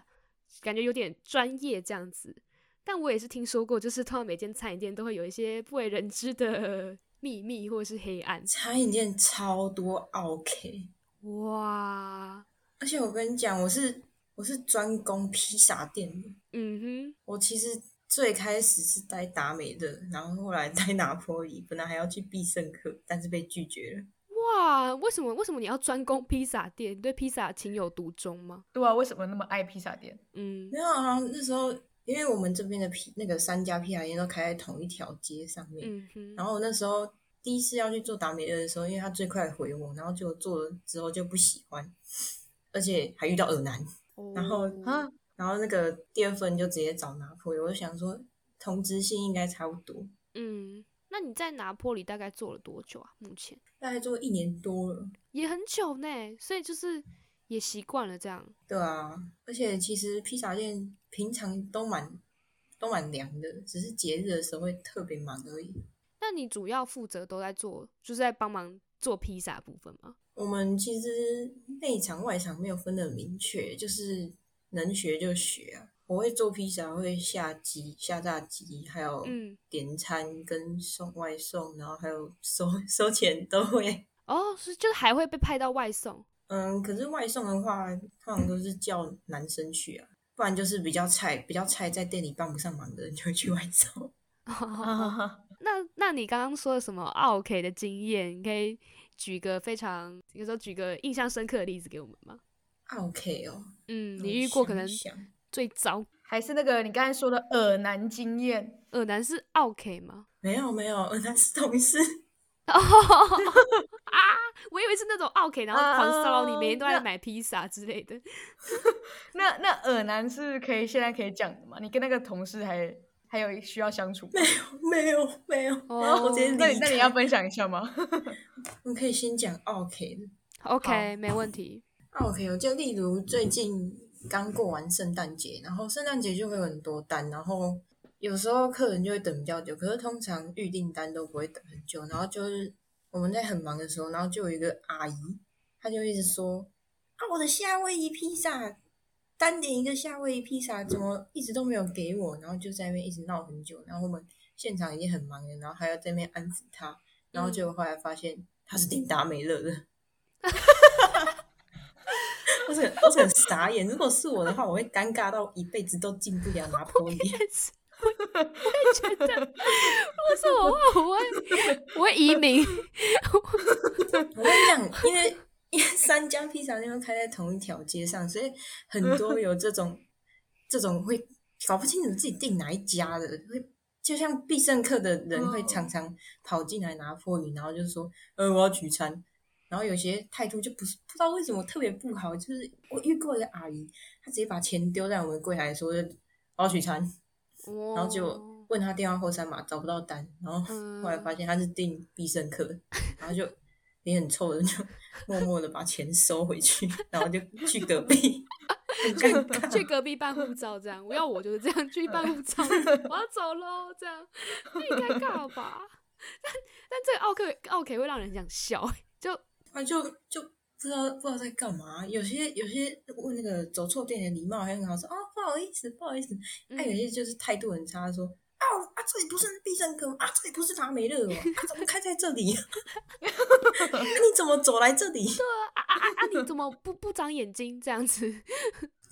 [SPEAKER 1] 感觉有点专业这样子。但我也是听说过，就是通常每间餐饮店都会有一些不为人知的 秘密或是黑暗。
[SPEAKER 4] 餐饮店超多 OK，
[SPEAKER 1] 哇，
[SPEAKER 4] 而且我跟你讲，我是我是专攻披萨店的。
[SPEAKER 1] 嗯
[SPEAKER 4] 我其实最开始是待达美乐，然后后来待拿坡里，本来还要去必胜客，但是被拒绝了。
[SPEAKER 1] 哼，哇，哇，为什么为什么你要专攻披萨店？你对披萨情有独钟吗？
[SPEAKER 3] 对啊，为什么那么爱披萨店？
[SPEAKER 1] 嗯
[SPEAKER 4] 没有啊，那时候因为我们这边的皮那个三家披萨店都开在同一条街上面，
[SPEAKER 1] 嗯哼，
[SPEAKER 4] 然后我那时候第一次要去做达美乐的时候，因为他最快回我，然后结果做了之后就不喜欢，而且还遇到耳男，然后
[SPEAKER 3] 啊，
[SPEAKER 4] 然后那个第二份就直接找拿破，我就想说同质性应该差不多，
[SPEAKER 1] 嗯，那你在拿坡里大概做了多久啊？目前
[SPEAKER 4] 大概做一年多了，
[SPEAKER 1] 也很久呢，所以就是也习惯了这样。
[SPEAKER 4] 对啊，而且其实披萨店平常都蛮都蛮凉的，只是节日的时候会特别忙而已。
[SPEAKER 1] 那你主要负责都在做，就是在帮忙做披萨部分吗？
[SPEAKER 4] 我们其实内场外场没有分得很明确，就是能学就学啊。我会做披萨，会下鸡、下炸鸡，还有
[SPEAKER 1] 嗯
[SPEAKER 4] 点餐跟送外送，然后还有收 收钱都会。
[SPEAKER 1] 哦，是就是还会被派到外送。
[SPEAKER 4] 嗯，可是外送的话，通常都是叫男生去啊，不然就是比较菜、比较菜在店里帮不上忙的人就会去外送。
[SPEAKER 1] 那那你刚刚说的什么 OK 的经验，你可以举个非常，有时候举个印象深刻的例子给我们吗？
[SPEAKER 4] 啊 OK 哦，
[SPEAKER 1] 嗯，你遇过可
[SPEAKER 4] 我
[SPEAKER 1] 能
[SPEAKER 4] 想一想
[SPEAKER 1] 最糟
[SPEAKER 3] 还是那个你刚才说的耳男经验，
[SPEAKER 1] 耳男是 OK 吗？
[SPEAKER 4] 没有没有， 那是同事。
[SPEAKER 1] 哦啊，我以为是那种 OK，然后狂骚扰你，
[SPEAKER 3] 啊
[SPEAKER 1] 每天都在
[SPEAKER 3] 那
[SPEAKER 1] 买披萨之类的。
[SPEAKER 3] 那那耳男是可以现在可以讲的吗？你跟那个同事还还有需要相处吗？
[SPEAKER 4] 没有没有，
[SPEAKER 1] 哦
[SPEAKER 4] 我直接
[SPEAKER 3] 那
[SPEAKER 4] 离
[SPEAKER 3] 你那你
[SPEAKER 4] 开
[SPEAKER 3] 要分享一下吗？
[SPEAKER 4] 我可以先讲 OK 的。
[SPEAKER 1] OK，没问题。
[SPEAKER 4] OK，我就哦例如最近刚过完圣诞节，然后圣诞节就会有很多单，然后有时候客人就会等比较久，可是通常预订单都不会等很久，然后就是我们在很忙的时候，然后就有一个阿姨，她就一直说啊，我的夏威夷披萨单点一个夏威夷披萨，怎么一直都没有给我，然后就在那边一直闹很久，然后我们现场已经很忙了，然后还要在那边安抚她，然后结果后来发现她是订达美乐的。 我是很我是很傻眼。如果是我的话，我会尴尬到一辈子都进不了拿破里。
[SPEAKER 1] 如果是我的话，我会我会移民。
[SPEAKER 4] 我跟你讲，因为 因为三家披萨店都开在同一条街上，所以很多有这种这种会搞不清楚自己订哪一家的，会就像必胜客的人会常常跑进来拿破里，然后就说：“呃，我要取餐。”然后有些态度就不是不知道为什么特别不好，就是我遇过一个阿姨，她直接把钱丢在我们柜台说：“我要取餐。”然后就
[SPEAKER 1] 哦
[SPEAKER 4] 问他电话后三码找不到单，然后
[SPEAKER 1] 嗯
[SPEAKER 4] 后来发现他是订必胜客，然后就脸很臭的就 默默的把钱收回去，然后就去隔 壁，很尴尬。
[SPEAKER 1] 去隔壁办护照，这样我要我就是这样去办护照，我要走喽，这样那也尴尬吧？但但这个奥克奥 K 会让人想笑，就
[SPEAKER 4] 啊，就就不知道不知道在干嘛。有些有些问那个走错店员礼貌还很好说啊，不好意思不好意思。那、有
[SPEAKER 1] 嗯
[SPEAKER 4] 些就是态度很差，说啊啊这里不是必胜客吗啊这里不是达美乐哦，啊怎么开在这里？啊 你怎么走来这里？
[SPEAKER 1] 啊啊啊啊！你怎么不不长眼睛这样子？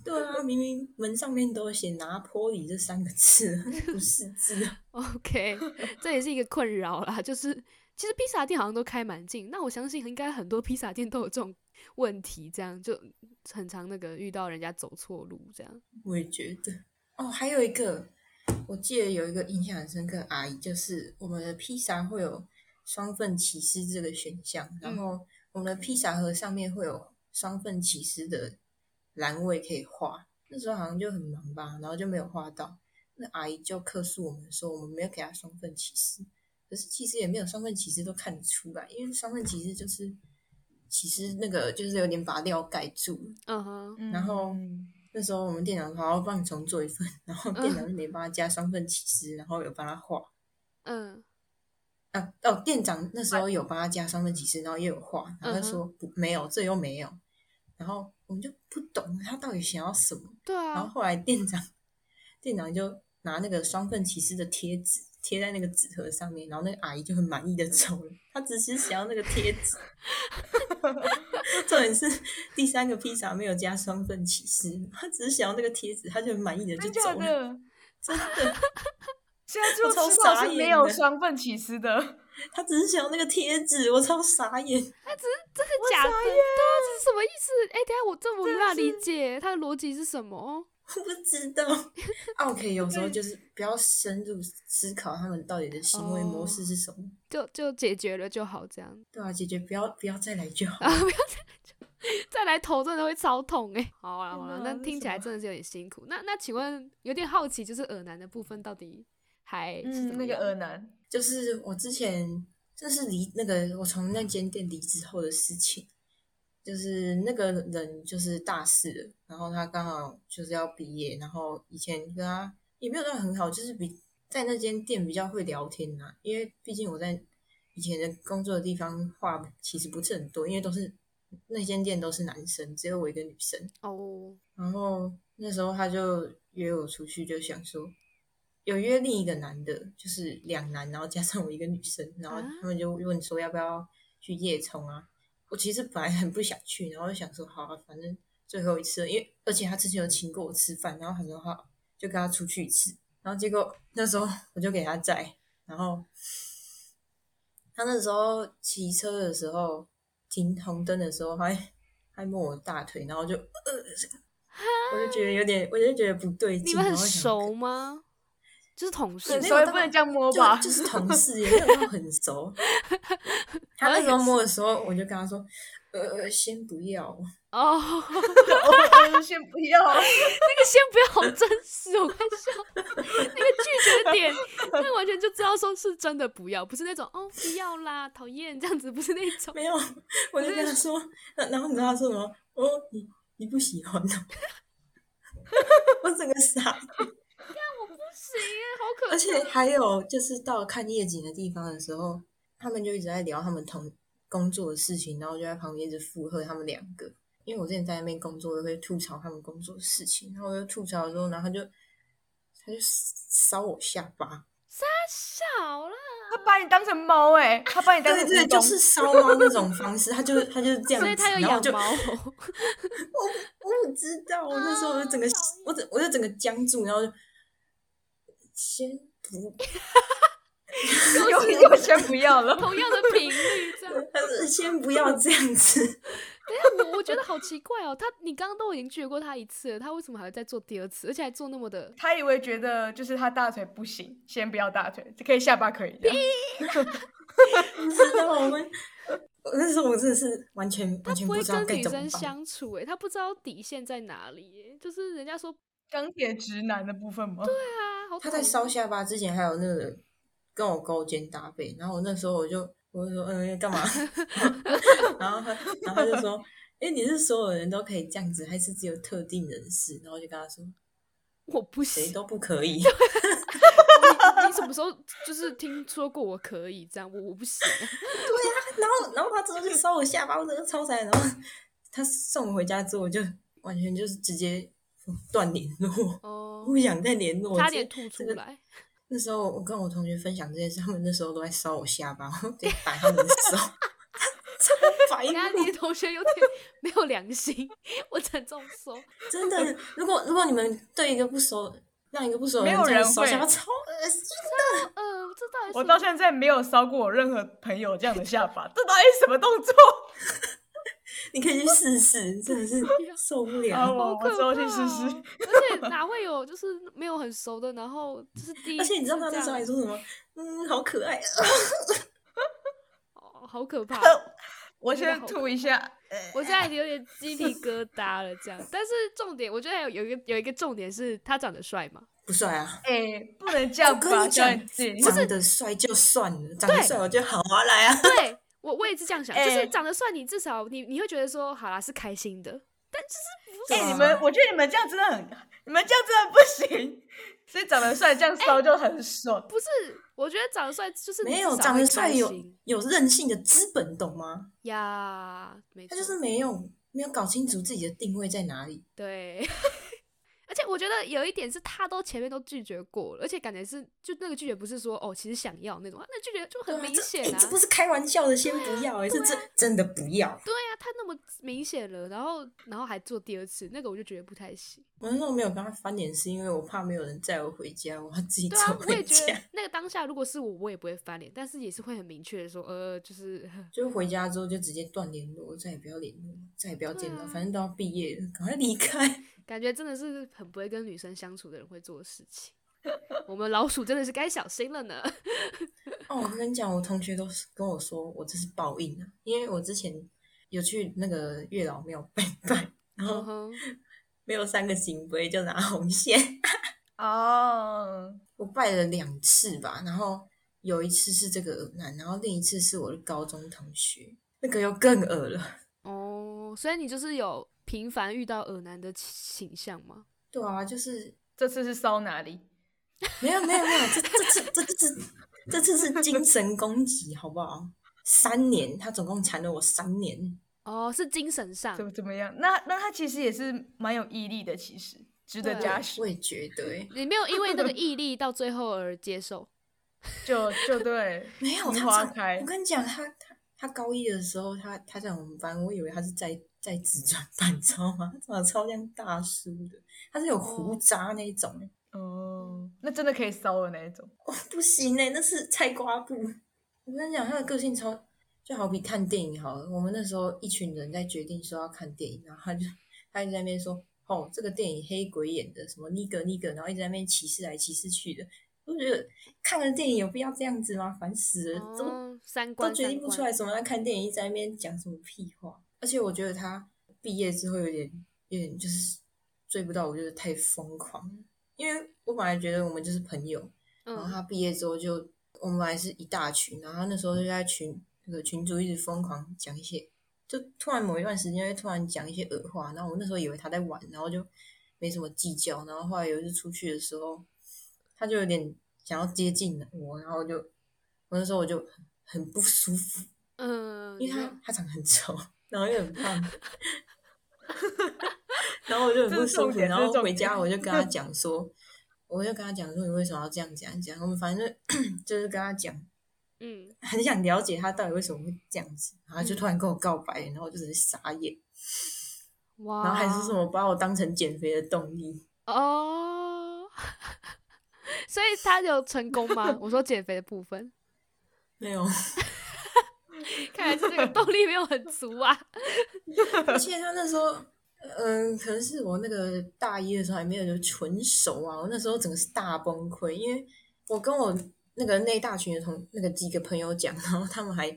[SPEAKER 4] 对啊，明明门上面都有写“拿坡里”这三个字，不是字啊。
[SPEAKER 1] OK，这也是一个困扰啦。就是其实披萨店好像都开蛮近，那我相信应该很多披萨店都有这种问题，这样就很常那个遇到人家走错路这样。
[SPEAKER 4] 我也觉得。哦，还有一个，我记得有一个印象很深刻的阿姨，就是我们的披萨会有双份起司这个选项，然后我们的披萨盒上面会有双份起司的栏位可以画。那时候好像就很忙吧，然后就没有画到。那阿姨就客诉我们说，我们没有给她双份起司，可是其实也没有双份起司都看得出来，因为双份起司就是起司那个就是有点把料盖住了。
[SPEAKER 1] 嗯哼，
[SPEAKER 4] 然后
[SPEAKER 3] 嗯
[SPEAKER 4] 那时候我们店长说好，帮你重做一份，然后店长就没帮他加双份起司，然后有帮他画。
[SPEAKER 1] 嗯，
[SPEAKER 4] 啊，哦，店长那时候有帮他加双份起司，然后也有画，然后他说不没有，这又没有。然后我们就不懂他到底想要什么。
[SPEAKER 1] 对
[SPEAKER 4] 然后
[SPEAKER 3] 哦
[SPEAKER 1] 啊，
[SPEAKER 4] 后来店长店长就拿那个双份起司的贴纸贴在那个纸盒上面，然后那个阿姨就很满意的走了，她只是想要那个贴纸。 重点是第三个披萨没有加双份起司，她只是想要那个贴纸，她就很满意的就
[SPEAKER 3] 真假
[SPEAKER 4] 走了。
[SPEAKER 3] 的？
[SPEAKER 4] 真的，
[SPEAKER 3] 现在就
[SPEAKER 4] 我超
[SPEAKER 3] 知道
[SPEAKER 4] 傻
[SPEAKER 3] 是
[SPEAKER 4] 眼
[SPEAKER 3] 没有
[SPEAKER 4] 的
[SPEAKER 3] 双份起司的，
[SPEAKER 4] 他只是想要那个贴纸，我超傻眼。
[SPEAKER 1] 真的假的？对啊，这是什么意思？哎、等一下我这我没办法理解他的逻辑是什么。
[SPEAKER 4] 我不知道。OK，有啊时候就是不要深入思考他们到底的行为模式是什
[SPEAKER 3] 哦
[SPEAKER 4] 么。
[SPEAKER 1] 就就解决了就好，这样
[SPEAKER 4] 对啊，姐姐不要不要再来就好。
[SPEAKER 1] 啊，不要再再来投，真的会超痛哎、好啦好啦，
[SPEAKER 3] 天哪
[SPEAKER 1] 那听起来
[SPEAKER 3] 为什么
[SPEAKER 1] 真的是有点辛苦。那那请问有点好奇，就是耳男的部分到底还是怎么
[SPEAKER 3] 嗯那个
[SPEAKER 1] 样？
[SPEAKER 3] 耳男，
[SPEAKER 4] 就是我之前这是离那个我从那间店离职后的事情，就是那个人就是大四了，然后他刚好就是要毕业，然后以前跟他也没有到很好，就是比在那间店比较会聊天呐、因为毕竟我在以前的工作的地方话其实不是很多，因为都是那间店都是男生，只有我一个女生。
[SPEAKER 1] 哦，
[SPEAKER 4] 然后那时候他就约我出去，就想说有约另一个男的，就是两男，然后加上我一个女生，然后
[SPEAKER 1] 啊
[SPEAKER 4] 他们就问说要不要去夜冲啊？我其实本来很不想去，然后就想说好、啊，反正最后一次了，因为而且他之前有请过我吃饭，然后他说好，就跟他出去一次，然后结果那时候我就给他载，然后他那时候骑车的时候停红灯的时候还还摸我大腿，然后就呃我就觉得有点，我就觉得不对劲。
[SPEAKER 1] 你们很
[SPEAKER 4] 然后想说
[SPEAKER 1] 熟吗？就是同事
[SPEAKER 4] 对
[SPEAKER 3] 很
[SPEAKER 4] 那
[SPEAKER 3] 熟
[SPEAKER 4] 个
[SPEAKER 3] 也
[SPEAKER 4] 大
[SPEAKER 3] 不能这样摸
[SPEAKER 4] 就
[SPEAKER 3] 吧？
[SPEAKER 4] 就是同事，也没有到很熟。他那时候摸的时候，我就跟他说：“呃，先不要。
[SPEAKER 1] 哦，那
[SPEAKER 3] 哦先不要，
[SPEAKER 1] 个 先不要，好真实，我快笑。那个拒绝的 点，那完全就知道说是真的不要，不是那种哦不要啦，讨厌这样子，不是那” 种。
[SPEAKER 4] 没有，我就跟他说，然然后你知道他说什么？哦，你你不喜欢哦。 我整个傻，
[SPEAKER 1] 不行耶，好可
[SPEAKER 4] 而且还有就是到看夜景的地方的时候，他们就一直在聊他们同工作的事情，然后我就在旁边一直附和他们两个。因为我之前在那边工作，我会吐槽他们工作的事情，然后我就吐槽的时候，然后他就他就搔我下巴，
[SPEAKER 1] 小啦，
[SPEAKER 3] 他把你当成猫哎，他把你当
[SPEAKER 4] 对
[SPEAKER 3] 成
[SPEAKER 4] 对，
[SPEAKER 3] 蜈蚣
[SPEAKER 4] 就是搔猫那种方式，他就他就是这样子，
[SPEAKER 1] 所以他有
[SPEAKER 4] 然后我
[SPEAKER 1] 养
[SPEAKER 4] 就
[SPEAKER 1] 猫
[SPEAKER 4] 我
[SPEAKER 1] 哦。
[SPEAKER 4] 不知道，我那时候我就
[SPEAKER 1] 啊
[SPEAKER 4] 整个我整我就整个僵住，然后就先不，
[SPEAKER 3] 又又先不要了。
[SPEAKER 1] 同样的频率 这样。
[SPEAKER 4] 他说呃先不要这样子。
[SPEAKER 1] 等一下我我觉得好奇怪哦，他你刚刚都已经拒绝过他一次了，他为什么还要再做第二次，而且还做那么的？
[SPEAKER 3] 他以为觉得就是他大腿不行，先不要大腿，可以下巴可以这样。
[SPEAKER 4] 知道我们，我 那时候我真的是完全
[SPEAKER 1] 他
[SPEAKER 4] 完全
[SPEAKER 1] 不会
[SPEAKER 4] 知道
[SPEAKER 1] 跟
[SPEAKER 4] 该
[SPEAKER 1] 女
[SPEAKER 4] 怎么
[SPEAKER 1] 生
[SPEAKER 4] 办。
[SPEAKER 1] 相处诶、他不知道底线在哪里耶、就是人家说
[SPEAKER 3] 钢铁直男的部分吗？对，
[SPEAKER 1] 对啊，好
[SPEAKER 4] 他在
[SPEAKER 1] 讨厌
[SPEAKER 4] 烧下巴之前还有那个人跟我勾肩搭背，然后我那时候我就我就说嗯干嘛， 然后他然后他就说，哎、你是所有人都可以这样子，还是只有特定人士？然后我就跟他说
[SPEAKER 1] 我不
[SPEAKER 4] 谁
[SPEAKER 1] 行，
[SPEAKER 4] 都不 可以。
[SPEAKER 1] 你你什么时候就是听说过我可以这样，我我不行啊、
[SPEAKER 4] 然后然后他之后就烧我下巴，我整个超惨。然后他送我回家之后，我就完全就是直接断联络，
[SPEAKER 1] 哦，
[SPEAKER 4] 不想再联络，
[SPEAKER 1] 差
[SPEAKER 4] 直接
[SPEAKER 1] 点吐出
[SPEAKER 4] 这个
[SPEAKER 1] 来。
[SPEAKER 4] 那时候我跟我同学分享这件事，他们那时候都在烧我下巴， 我得打他们的手，超白
[SPEAKER 1] 等一下你
[SPEAKER 4] 目，
[SPEAKER 1] 的同学有 点没有良心， 我只能这么说。
[SPEAKER 4] 真的。如果如果你们对一个不熟，让一个不熟的
[SPEAKER 3] 没有
[SPEAKER 4] 这样
[SPEAKER 3] 人
[SPEAKER 4] 烧下巴，
[SPEAKER 3] 会
[SPEAKER 4] 超恶心。
[SPEAKER 1] 呃，这到底是
[SPEAKER 3] 我到现在没有烧过我任何朋友这样的下巴，这到底是什么动作？
[SPEAKER 4] 你可以去试试，真 的是受不
[SPEAKER 3] 啊，
[SPEAKER 4] 了。
[SPEAKER 3] 我
[SPEAKER 1] 哎好
[SPEAKER 3] 我
[SPEAKER 1] 可
[SPEAKER 3] 之
[SPEAKER 1] 怕、
[SPEAKER 3] 后
[SPEAKER 1] 哦！
[SPEAKER 3] 去试试。
[SPEAKER 1] 而且 哪会有就是没有很熟的，然后就是第一
[SPEAKER 4] 而
[SPEAKER 1] 次
[SPEAKER 4] 且
[SPEAKER 1] 这样，
[SPEAKER 4] 你知道他那时候还说什么？嗯，好可爱啊。
[SPEAKER 1] 哦，好可 怕！
[SPEAKER 3] 我先
[SPEAKER 1] 好
[SPEAKER 3] 吐一下，
[SPEAKER 1] 我现在有点鸡 皮疙瘩了，这样。但是重点，我觉得还有有一个有一个重点是他长得帅嘛，
[SPEAKER 4] 不帅啊！
[SPEAKER 3] 哎、不能这样
[SPEAKER 4] 我跟
[SPEAKER 3] 吧，
[SPEAKER 4] 你
[SPEAKER 3] 小眼
[SPEAKER 4] 讲，
[SPEAKER 3] 睛。
[SPEAKER 4] 长得帅就算了，长得
[SPEAKER 1] 对
[SPEAKER 4] 帅我就好啊，来啊！
[SPEAKER 1] 对我我也是这样想，就是
[SPEAKER 3] 哎
[SPEAKER 1] 长得帅，你至少你你会觉得说，好啦，是开心的。
[SPEAKER 3] 哎、
[SPEAKER 4] 啊
[SPEAKER 3] 你们，我觉得你们这样真的很，你们这样真的不行。 所以长得帅，这样烧就很爽。
[SPEAKER 1] 不是，我觉得长得帅就是你
[SPEAKER 4] 没有
[SPEAKER 1] 至少
[SPEAKER 4] 长
[SPEAKER 1] 会
[SPEAKER 4] 得帅
[SPEAKER 1] 开
[SPEAKER 4] 有
[SPEAKER 1] 心
[SPEAKER 4] 有任性的资本，懂吗？
[SPEAKER 1] 呀，没
[SPEAKER 4] 他
[SPEAKER 1] 错，
[SPEAKER 4] 就是没有没有搞清楚自己的定位在哪里。
[SPEAKER 1] 对。而而且我觉得有一点是他都前面都拒绝过了，而且感觉是就那个拒绝不是说哦，其实想要那种，那拒绝就很
[SPEAKER 4] 对啊
[SPEAKER 1] 明
[SPEAKER 4] 这
[SPEAKER 1] 显
[SPEAKER 4] 哎
[SPEAKER 1] 啊。
[SPEAKER 4] 这不是开玩笑的，先不要、哎、是真真的不要。
[SPEAKER 1] 对啊，他那么明显了，然后然后还做第二次，那个我就觉得不太行。
[SPEAKER 4] 我那时候没有跟他翻脸，是因为我怕没有人载我回家，我要自己
[SPEAKER 1] 对
[SPEAKER 4] 走
[SPEAKER 1] 啊，我
[SPEAKER 4] 回
[SPEAKER 1] 也觉
[SPEAKER 4] 家。
[SPEAKER 1] 得那个当下如果是我，我也不会翻脸，但是也是会很明确的说，呃，就是
[SPEAKER 4] 就回家之后就直接断联络，再也不要联络，再也不要见到，
[SPEAKER 1] 对啊
[SPEAKER 4] 反正都要毕业了，赶快离开。
[SPEAKER 1] 感觉真的是很不会跟女生相处的人会做的事情。我们老鼠真的是该小心了呢。
[SPEAKER 4] 哦，我跟你讲，我同学都是跟我说，我这是报应啊，因为我之前有去那个月老庙拜拜，
[SPEAKER 1] 嗯
[SPEAKER 4] 然后
[SPEAKER 1] 哼
[SPEAKER 4] 没有三个金杯就拿红线，
[SPEAKER 3] 哦，
[SPEAKER 4] 我拜了两次吧，然后有一次是这个恶男，然后另一次是我的高中同学，那个又更恶了。
[SPEAKER 1] 哦，所以你就是有频繁遇到耳男的倾向吗？
[SPEAKER 4] 对啊，就是
[SPEAKER 3] 这次是烧哪里？
[SPEAKER 4] 没有没有没有，这这次这次这次是精神攻击，好不好？三年，他总共缠了我三年。
[SPEAKER 1] 哦，是精神上
[SPEAKER 3] 怎。么怎么样？那那他其实也是蛮有毅力的，其实值得
[SPEAKER 1] 对
[SPEAKER 3] 嘉许
[SPEAKER 4] 我，也觉得、欸，
[SPEAKER 1] 你没有因为那个毅力到最后而接 受，
[SPEAKER 3] 就就对，
[SPEAKER 4] 没有
[SPEAKER 3] 樱
[SPEAKER 4] 他
[SPEAKER 3] 花
[SPEAKER 4] 在
[SPEAKER 3] 开
[SPEAKER 4] 我跟你讲，他他他高一的时候，他他在我们班，我以为他是在在职专班，你知道吗？他长得超像大叔的，他是有胡渣那一种、欸，
[SPEAKER 3] 哦，那真的可以烧的那一种。
[SPEAKER 4] 哦，不行哎、那是菜瓜布。我跟你讲，他的个性超，就好比看电影好了。我们那时候一群人在决定说要看电影，然后他就他一直在那边说，哦，这个电影黑鬼演的，什么尼格尼格，然后一直在那边歧视来歧视去的。我就觉得看个电影有必要这样子吗？烦死了，呃怎么
[SPEAKER 1] 哦，三
[SPEAKER 4] 都
[SPEAKER 1] 观
[SPEAKER 4] 决定
[SPEAKER 1] 三
[SPEAKER 4] 不出来
[SPEAKER 1] 观。
[SPEAKER 4] 什么要看电影，一直在那边讲什么屁话。而且我觉得他毕业之后有点有点就是追不到，我觉得太疯狂了。因为我本来觉得我们就是朋友，然后
[SPEAKER 1] 嗯，
[SPEAKER 4] 他毕业之后就我们本来是一大群，然后他那时候就在群那个群主一直疯狂讲一些，就突然某一段时间会突然讲一些恶话，然后我那时候以为他在玩，然后就没什么计较，然后后来有一次出去的时候，他就有点想要接近我，然后我就我那时候我就很不舒服，
[SPEAKER 1] 嗯，
[SPEAKER 4] 因为他他长得很丑，然后又很胖。 然后我就很不
[SPEAKER 3] 嗯
[SPEAKER 4] 舒
[SPEAKER 3] 这是重
[SPEAKER 4] 服，
[SPEAKER 3] 点
[SPEAKER 4] 然后
[SPEAKER 3] 这是重
[SPEAKER 4] 回
[SPEAKER 3] 点
[SPEAKER 4] 家我就跟他讲说，我就跟他讲说你为什么要这样讲讲，我们反正就 就是跟他讲，
[SPEAKER 1] 嗯，
[SPEAKER 4] 很想了解他到底为什么会这样子，然
[SPEAKER 3] 嗯
[SPEAKER 4] 后他就突然跟我告白，然后我就只是傻眼，
[SPEAKER 1] 哇，
[SPEAKER 4] 然后还是什么把我当成减肥的动力，
[SPEAKER 1] 哦， 所以他有成功吗？我说减肥的部 分，
[SPEAKER 4] 没有，
[SPEAKER 1] 看来是这个动力没有很足 啊。
[SPEAKER 4] 而且他那时候。嗯，可能是我那个大一的时候还没有就纯熟啊，我那时候整个是大崩溃，因为我跟我那个那一大群的同那个几个朋友讲，然后他们还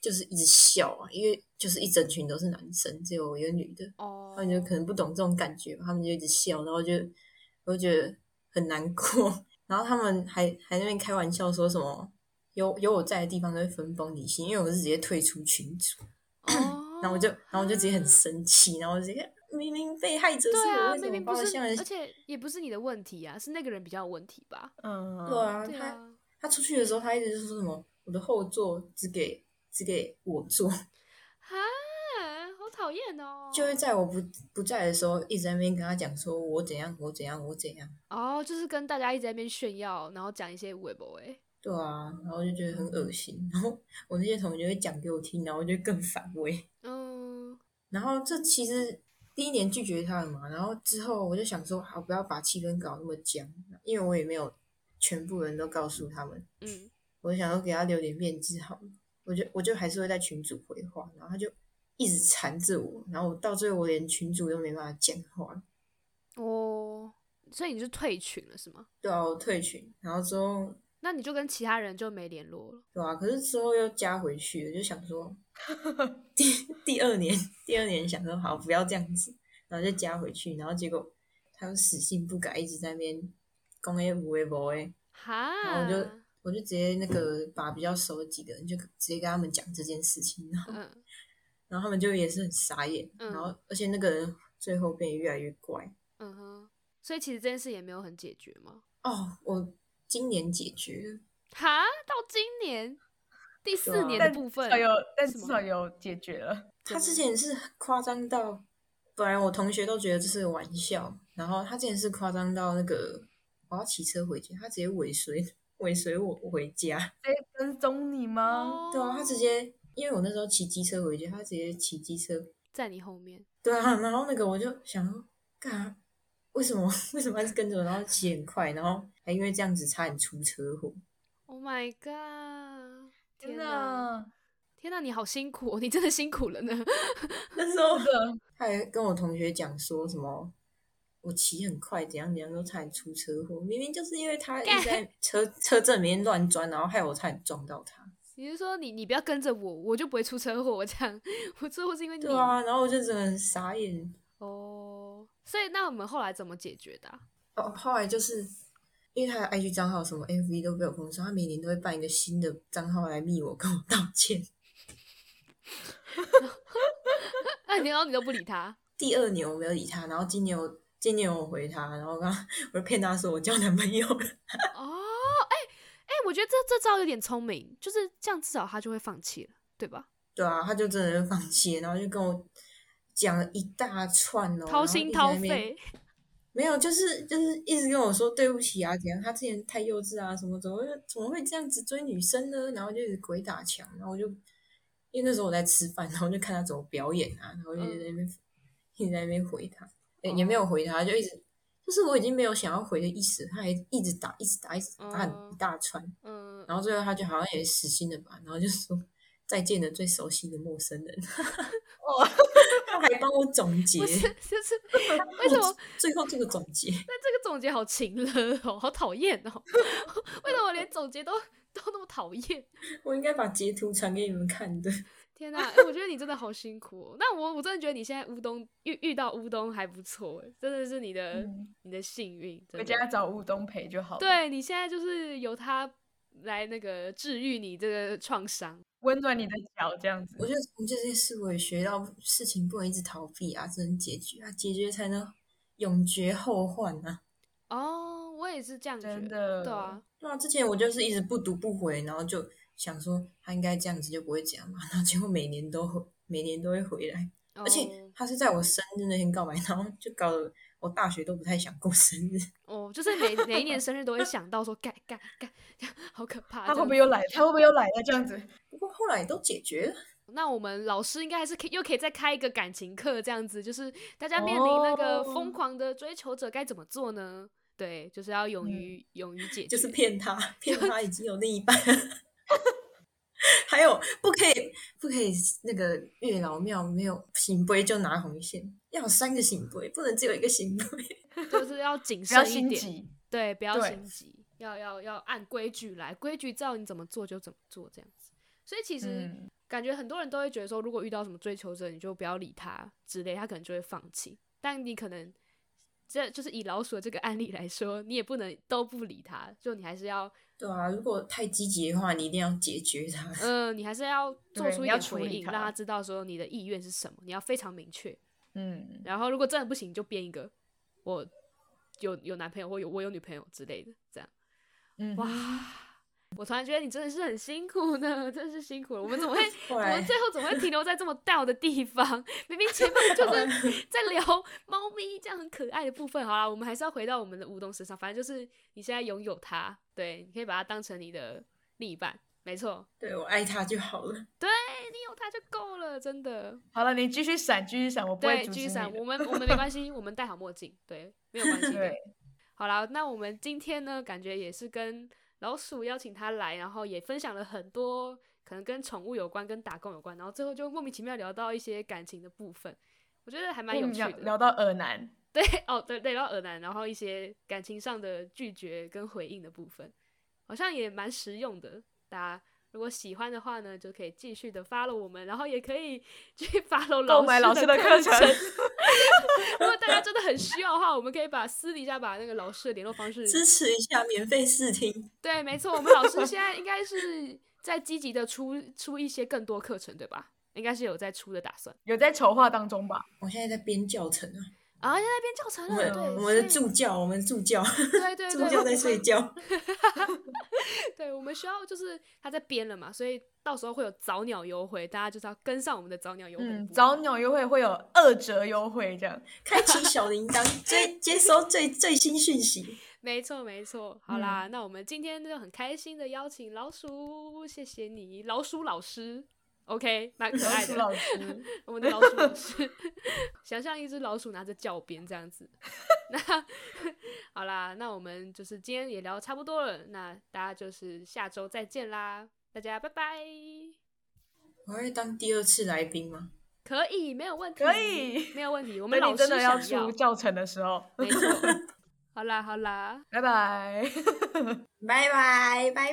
[SPEAKER 4] 就是一直笑啊，因为就是一整群都是男生，只有我一个女的，
[SPEAKER 1] 哦
[SPEAKER 4] 他们就可能不懂这种感觉吧，他们就一直笑，然后就我就觉得很难过。然后他们还还在那边开玩笑说什么有有我在的地方都会分崩离析，因为我是直接退出群组，
[SPEAKER 1] 哦，
[SPEAKER 4] 然后我就然后我就直接很生气，然后我直接明明被害者是
[SPEAKER 1] 对
[SPEAKER 4] 我，
[SPEAKER 1] 啊，
[SPEAKER 4] 为什
[SPEAKER 1] 明
[SPEAKER 4] 么
[SPEAKER 1] 明
[SPEAKER 4] 把
[SPEAKER 1] 不
[SPEAKER 4] 我
[SPEAKER 1] 是，
[SPEAKER 4] 向人
[SPEAKER 1] 而？且也不是你的问题啊，是那个人比较有问题吧？
[SPEAKER 3] 嗯，
[SPEAKER 4] 对啊，
[SPEAKER 1] 对
[SPEAKER 4] 他
[SPEAKER 1] 啊，
[SPEAKER 4] 他出去的时候，他一直就说什么我的后座只给只给我坐，
[SPEAKER 1] 哦哈，好讨厌哦。
[SPEAKER 4] 就会在我不不在的时候一直在那边跟他讲说我怎样我怎样我怎样。
[SPEAKER 1] 哦，就是跟大家一直在那边炫耀，然后讲一些微博哎。
[SPEAKER 4] 对啊，然后就觉得很恶心，然后我那些同学会讲给我听，然后我就更反胃。
[SPEAKER 1] 嗯，
[SPEAKER 4] 然后这其实第一年拒绝他了嘛，然后之后我就想说，好，不要把气氛搞那么僵，因为我也没有全部人都告诉他们，
[SPEAKER 1] 嗯，
[SPEAKER 4] 我就想说给他留点面子好了，我就我就还是会在群组回话，然后他就一直缠着我，然后我到最后我连群主都没办法讲话了，
[SPEAKER 1] 哦，所以你就退群了是吗？
[SPEAKER 4] 对啊，我退群，然后之后
[SPEAKER 1] 那你就跟其他人就没联络了。
[SPEAKER 4] 对啊，可是之后又加回去了，就想说第第二年，第二年想说好不要这样子，然后就加回去，然后结果他又死性不改，一直在那边公 A 无 A 无 A，
[SPEAKER 1] 哈，
[SPEAKER 4] 然后我就我就直接那个把比较熟的几个人就直接跟他们讲这件事情，然后
[SPEAKER 1] 嗯，
[SPEAKER 4] 然后他们就也是很傻眼，
[SPEAKER 1] 嗯
[SPEAKER 4] 然后而且那个人最后变得越来越怪
[SPEAKER 1] 嗯哼，所以其实这件事也没有很解决吗？
[SPEAKER 4] 哦，我今年解决了。
[SPEAKER 1] 哈，到今年第
[SPEAKER 4] 对
[SPEAKER 1] 四
[SPEAKER 4] 啊
[SPEAKER 1] 年的
[SPEAKER 3] 但
[SPEAKER 1] 部
[SPEAKER 3] 至
[SPEAKER 1] 分，
[SPEAKER 3] 少有，但至
[SPEAKER 1] 什么
[SPEAKER 3] 少有解决了。
[SPEAKER 4] 他之前是夸张到本来我同学都觉得这是个玩笑，然后他之前是夸张到那个我要骑车回家，他直接尾随尾随我回家。
[SPEAKER 3] 跟踪你
[SPEAKER 1] 哦
[SPEAKER 3] 吗？
[SPEAKER 4] 对啊，他直接因为我那时候骑机车回家，他直接骑机车。
[SPEAKER 1] 在你后面，
[SPEAKER 4] 对啊，然后那个我就想说，干嘛？为什么 为什么还是跟着我？然后骑很快，然后还因为这样子差点出车祸。
[SPEAKER 1] Oh my god！天
[SPEAKER 3] 天
[SPEAKER 4] 啊
[SPEAKER 1] 哪，
[SPEAKER 3] 哪，
[SPEAKER 1] 天哪，你好辛苦、哦，你真的辛苦了呢。
[SPEAKER 4] 那时候
[SPEAKER 3] 真的
[SPEAKER 4] 他还跟我同学讲说什么，我骑很快，怎样怎样，都差点出车祸。明明就是因为他一直在车车阵里面乱钻，然后害我差点撞到他。
[SPEAKER 1] 你是说你你不要跟着我，我就不会出车祸这样？ 我车祸是因为你
[SPEAKER 4] 对啊，然后我就真的很傻眼。
[SPEAKER 1] 哦。所以那我们后来怎么解决的啊、
[SPEAKER 4] 哦，后来就是因为他的 IG 账号什么 FV 都被我封锁，他每年都会办一个新的账号来密我，跟我道歉。
[SPEAKER 1] 哎，然后你都不理他，
[SPEAKER 4] 第二年我没有理他，然后今年我今年我回他，然后我刚我就骗他说我交男朋友了。
[SPEAKER 1] 哦，哎、哎、我觉得这这招有点聪明，就是这样，至少他就会放弃了，对吧？
[SPEAKER 4] 对啊，他就真的就放弃了，然后就跟我讲了一大串哦，
[SPEAKER 1] 掏心掏
[SPEAKER 4] 然后一直在那边
[SPEAKER 1] 肺，
[SPEAKER 4] 没有，就是就是一直跟我说对不起啊，怎样？他之前太幼稚啊，什么怎么会怎么会这样子追女生呢？然后就一直鬼打墙，然后我就因为那时候我在吃饭，然后就看他怎么表演啊，然后就在那边、
[SPEAKER 1] 嗯
[SPEAKER 4] 一直在那边回他，诶也没
[SPEAKER 1] 哦
[SPEAKER 4] 有回他，就一直就是我已经没有想要回的意思，他还一直打，一直打，一直打
[SPEAKER 1] 嗯
[SPEAKER 4] 很一大串，
[SPEAKER 1] 嗯，
[SPEAKER 4] 然后最后他就好像也死心了吧，然后就说再见了最熟悉的陌生 人， 他还帮我总结
[SPEAKER 1] 哦不，是，就是 为什么
[SPEAKER 4] 我最后这个总结？
[SPEAKER 1] 那这个总结好情了哦，好讨厌哦！ 为什么我连总结都都那么讨厌？
[SPEAKER 4] 我应该把截图传给你们看的。
[SPEAKER 1] 天 哪、哎，我觉得你真的好辛苦、哦。那我我真的觉得你现在乌冬遇遇到乌冬还不错，哎，真的是你的、
[SPEAKER 3] 嗯
[SPEAKER 1] 你的幸运。真
[SPEAKER 3] 回
[SPEAKER 1] 的
[SPEAKER 3] 家找吴东培就好了，，
[SPEAKER 1] 对你现在就是由他来那个治愈你这个创伤。
[SPEAKER 3] 温暖你的脚这样子。
[SPEAKER 4] 我觉得从这件事我也学到，事情不能一直逃避啊，只能解决啊，解决才能永绝后患啊。
[SPEAKER 1] 哦，我也是这样觉得，
[SPEAKER 3] 真的
[SPEAKER 1] 对啊，
[SPEAKER 4] 对啊，之前我就是一直不读不回，然后就想说他应该这样子就不会这样嘛， 然后结果每年都回，每年都会回来，而且他是在我生日那天告白，然后就搞得我大学都不太想过生日。
[SPEAKER 1] 哦，哦就是每每一年生日都会想到说干干干， 好可怕。
[SPEAKER 3] 他
[SPEAKER 1] 这
[SPEAKER 3] 会
[SPEAKER 1] 样
[SPEAKER 3] 不会又来？他会不会又来了？这样子，
[SPEAKER 4] 不过后来都解决了，
[SPEAKER 1] 那我们老师应该还是可以又可以再开一个感情课，这样子就是大家面临那个
[SPEAKER 3] 哦
[SPEAKER 1] 疯狂的追求者该怎么做呢？对，就是要
[SPEAKER 3] 嗯
[SPEAKER 1] 勇于、勇于 解决，
[SPEAKER 4] 就是骗他，骗他已经有另一 半了。还有不可以不可以那个月老庙没有醒杯就拿红线，要有三个醒杯，不能只有一个醒杯。
[SPEAKER 1] 就是要谨
[SPEAKER 3] 不要
[SPEAKER 1] 慎一
[SPEAKER 3] 心
[SPEAKER 1] 点，
[SPEAKER 3] 急。
[SPEAKER 1] 对，不要
[SPEAKER 3] 对
[SPEAKER 1] 心急，要要要按规矩来，规矩照你怎么做就怎么做这样子。所以其实
[SPEAKER 3] 嗯，
[SPEAKER 1] 感觉很多人都会觉得说，如果遇到什么追求者，你就不要理他之类，他可能就会放弃。但你可能这就是以老鼠的这个案例来说，你也不能都不理他，就你还是要
[SPEAKER 4] 对啊，如果太积极的话，你一定要解决它。，
[SPEAKER 1] 嗯，你还是要做
[SPEAKER 3] 对
[SPEAKER 1] 出一
[SPEAKER 3] 你要
[SPEAKER 1] 点
[SPEAKER 3] 处
[SPEAKER 1] 回
[SPEAKER 3] 理
[SPEAKER 1] 应，
[SPEAKER 3] 它
[SPEAKER 1] 让他知道说你的意愿是什么，你要非常明确。
[SPEAKER 3] 嗯，
[SPEAKER 1] 然后如果真的不行，你就编一个我有有男朋友或有我有女朋友之类的，这样。
[SPEAKER 3] 嗯，
[SPEAKER 1] 哇， 我突然觉得你真的是很辛苦呢，真的是辛苦了。我们怎么 会
[SPEAKER 4] 后
[SPEAKER 1] 我
[SPEAKER 4] 来
[SPEAKER 1] 们最后怎么会停留在这么倒的地方？明明前 面就是在聊猫咪这样很可爱的部分。好啦，我们还是要回到我们的吴东身上，反正就是你现在拥有它，对，你可以把它当成你的另一半，没错。
[SPEAKER 4] 对我爱它就好了。
[SPEAKER 1] 你有它就够了，真的。
[SPEAKER 3] 好了，你继续闪，继续闪，我不会
[SPEAKER 1] 对，
[SPEAKER 3] 阻
[SPEAKER 1] 继
[SPEAKER 3] 止
[SPEAKER 1] 续
[SPEAKER 3] 你
[SPEAKER 1] 闪，
[SPEAKER 3] 的。
[SPEAKER 1] 我们我们没关系，我们戴好墨镜，对，没有关系的
[SPEAKER 3] 对。
[SPEAKER 1] 好啦，那我们今天呢，感觉也是跟老鼠邀请他来，然后也分享了很多可能跟宠物有关、跟打工有关，然后最后就莫名其妙聊到一些感情的部分，我觉得还蛮有趣
[SPEAKER 3] 嗯聊
[SPEAKER 1] 的。
[SPEAKER 3] 聊到耳男，
[SPEAKER 1] 对，哦，对对，聊到耳男，然后一些感情上的拒绝跟回应的部分，好像也蛮实用的。大家如果喜欢的话呢，就可以继续的 follow 我们，然后也可以去 follow
[SPEAKER 3] 购买老
[SPEAKER 1] 师
[SPEAKER 3] 师的
[SPEAKER 1] 课
[SPEAKER 3] 课程
[SPEAKER 1] 如果大家真的很需要的话，我们可以把私底下把那个老师的联络方式。
[SPEAKER 4] 支持一下免费试听，
[SPEAKER 1] 对，没错，我们老师现在应该是在积极的出出一些更多课程，对吧？应该是有在出的打算。
[SPEAKER 3] 有在筹划当中吧？
[SPEAKER 4] 我现在在编教程啊，
[SPEAKER 1] 啊，在那边教程
[SPEAKER 4] 我
[SPEAKER 1] 了，对，
[SPEAKER 4] 们我们的
[SPEAKER 1] 所以
[SPEAKER 4] 助教，我们助教
[SPEAKER 1] 对对
[SPEAKER 4] 助
[SPEAKER 1] 对，
[SPEAKER 4] 教在睡觉，
[SPEAKER 1] 对我们需要就是他在编了嘛，所以到时候会有早鸟优惠，大家就是要跟上我们的早鸟优惠的
[SPEAKER 3] 嗯
[SPEAKER 1] 部，分。
[SPEAKER 3] 早鸟优惠会有二折优惠这样。
[SPEAKER 4] 开启小铃铛，接接收最最新讯息。
[SPEAKER 1] 没错没错。好啦，那我们今天就很开心的邀请老鼠，谢谢你，老鼠老师。OK，蛮可
[SPEAKER 3] 老
[SPEAKER 1] 爱
[SPEAKER 3] 鼠
[SPEAKER 1] 的。
[SPEAKER 3] 老师，
[SPEAKER 1] 我们的老鼠老师， 想象一只老鼠拿着教鞭这样子。 那好啦，那我们就是今天也聊得差不多了，那大家就是下周再见啦，大家拜拜。
[SPEAKER 4] 我会当第二次来宾吗？
[SPEAKER 1] 可以，没有问题，
[SPEAKER 3] 可以
[SPEAKER 1] 没有问 题。我
[SPEAKER 3] 我
[SPEAKER 1] 们老师
[SPEAKER 3] 真的要
[SPEAKER 1] 想
[SPEAKER 3] 出教程的时候，
[SPEAKER 1] 没错。 好啦，好啦，
[SPEAKER 3] 拜 拜，
[SPEAKER 4] 拜拜拜拜。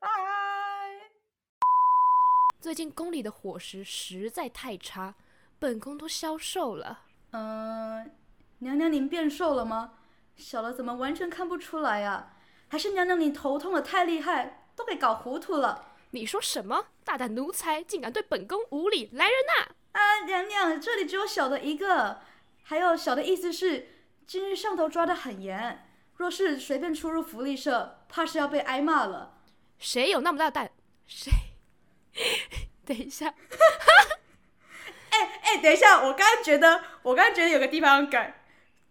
[SPEAKER 3] 拜。
[SPEAKER 1] 最近宫里的伙食实在太差，本宫都消瘦了。
[SPEAKER 2] 嗯、娘娘您变瘦了吗？小了怎么完全看不出来呀、还是娘娘你头痛的太厉害，都给搞糊涂了。
[SPEAKER 1] 你说什么？大胆奴才，竟敢对本宫无礼！来人呐、
[SPEAKER 2] 啊，娘娘，这里只有小的一个。还有小的意思是，今日上头抓得很严，若是随便出入福利社，怕是要被挨骂了。
[SPEAKER 1] 谁有那么大胆？谁？ 等一 下，
[SPEAKER 2] 哎，等一下，我刚刚觉得，我刚刚觉得有个地方要改，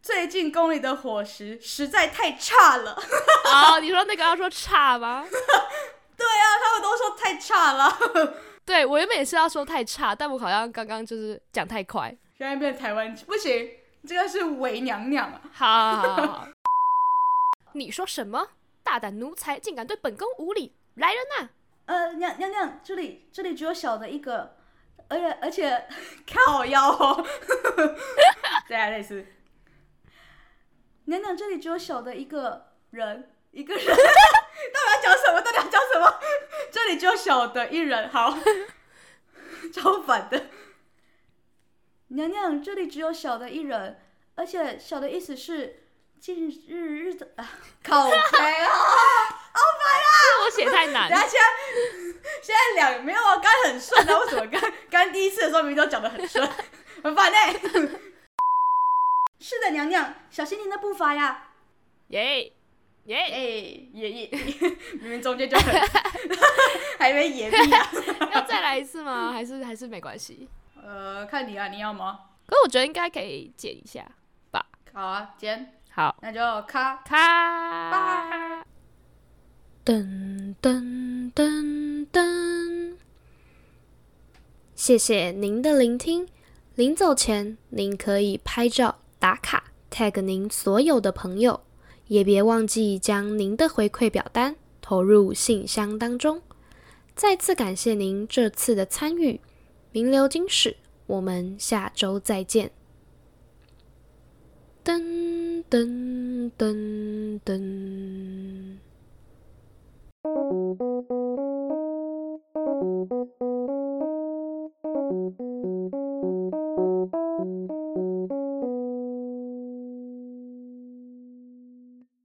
[SPEAKER 2] 最近宫里的伙食实在太差了。
[SPEAKER 1] 哦，你说那个要说差吗？
[SPEAKER 2] 对啊，他们都说太差了，
[SPEAKER 1] 对我原本也是要说太差，但我好像刚刚就是讲太快。
[SPEAKER 2] 现在变台湾不行，这个是伪娘娘啊。
[SPEAKER 1] 好好好好，你说什么？大胆奴才，竟敢对本宫无礼！来人呐、
[SPEAKER 2] 呃，娘娘娘，这里这里只有小的一个，而且而且靠腰哦，
[SPEAKER 3] 对啊，类 似。
[SPEAKER 2] 娘娘这里只有小的一个人，一个人， 到底要讲什么？到底要讲什么？这里只有小的一人，好， 超反的。娘娘这里只有小的一人，而且小的意思是近日日的啊，靠背 啊。
[SPEAKER 1] 是啊我写太难
[SPEAKER 2] 等一。下，现在现在两没有啊，刚才很顺啊，为什么刚刚才第一次的时候明明都讲的很顺， 很烦哎、 是的，娘娘，小心您的步伐呀！
[SPEAKER 1] 耶
[SPEAKER 2] 哎、
[SPEAKER 1] 耶，
[SPEAKER 2] 爷爷，明明中间 就很，还没爷爷啊。
[SPEAKER 1] 要再来一次 吗？还是还是没关系？
[SPEAKER 2] 呃，看你啊，你要吗？
[SPEAKER 1] 可是我觉得应该可以剪一下吧。
[SPEAKER 2] 好啊，剪，
[SPEAKER 1] 好，
[SPEAKER 2] 那就咔。
[SPEAKER 1] 咔，噔噔噔噔。谢谢您的聆听。临走前，您可以拍照打卡，tag 您所有的朋友，也别忘记将您的回馈表单投入信箱当中。再次感谢您这次的参与，名流金史，我们下周再见。噔噔噔噔。
[SPEAKER 5] Thank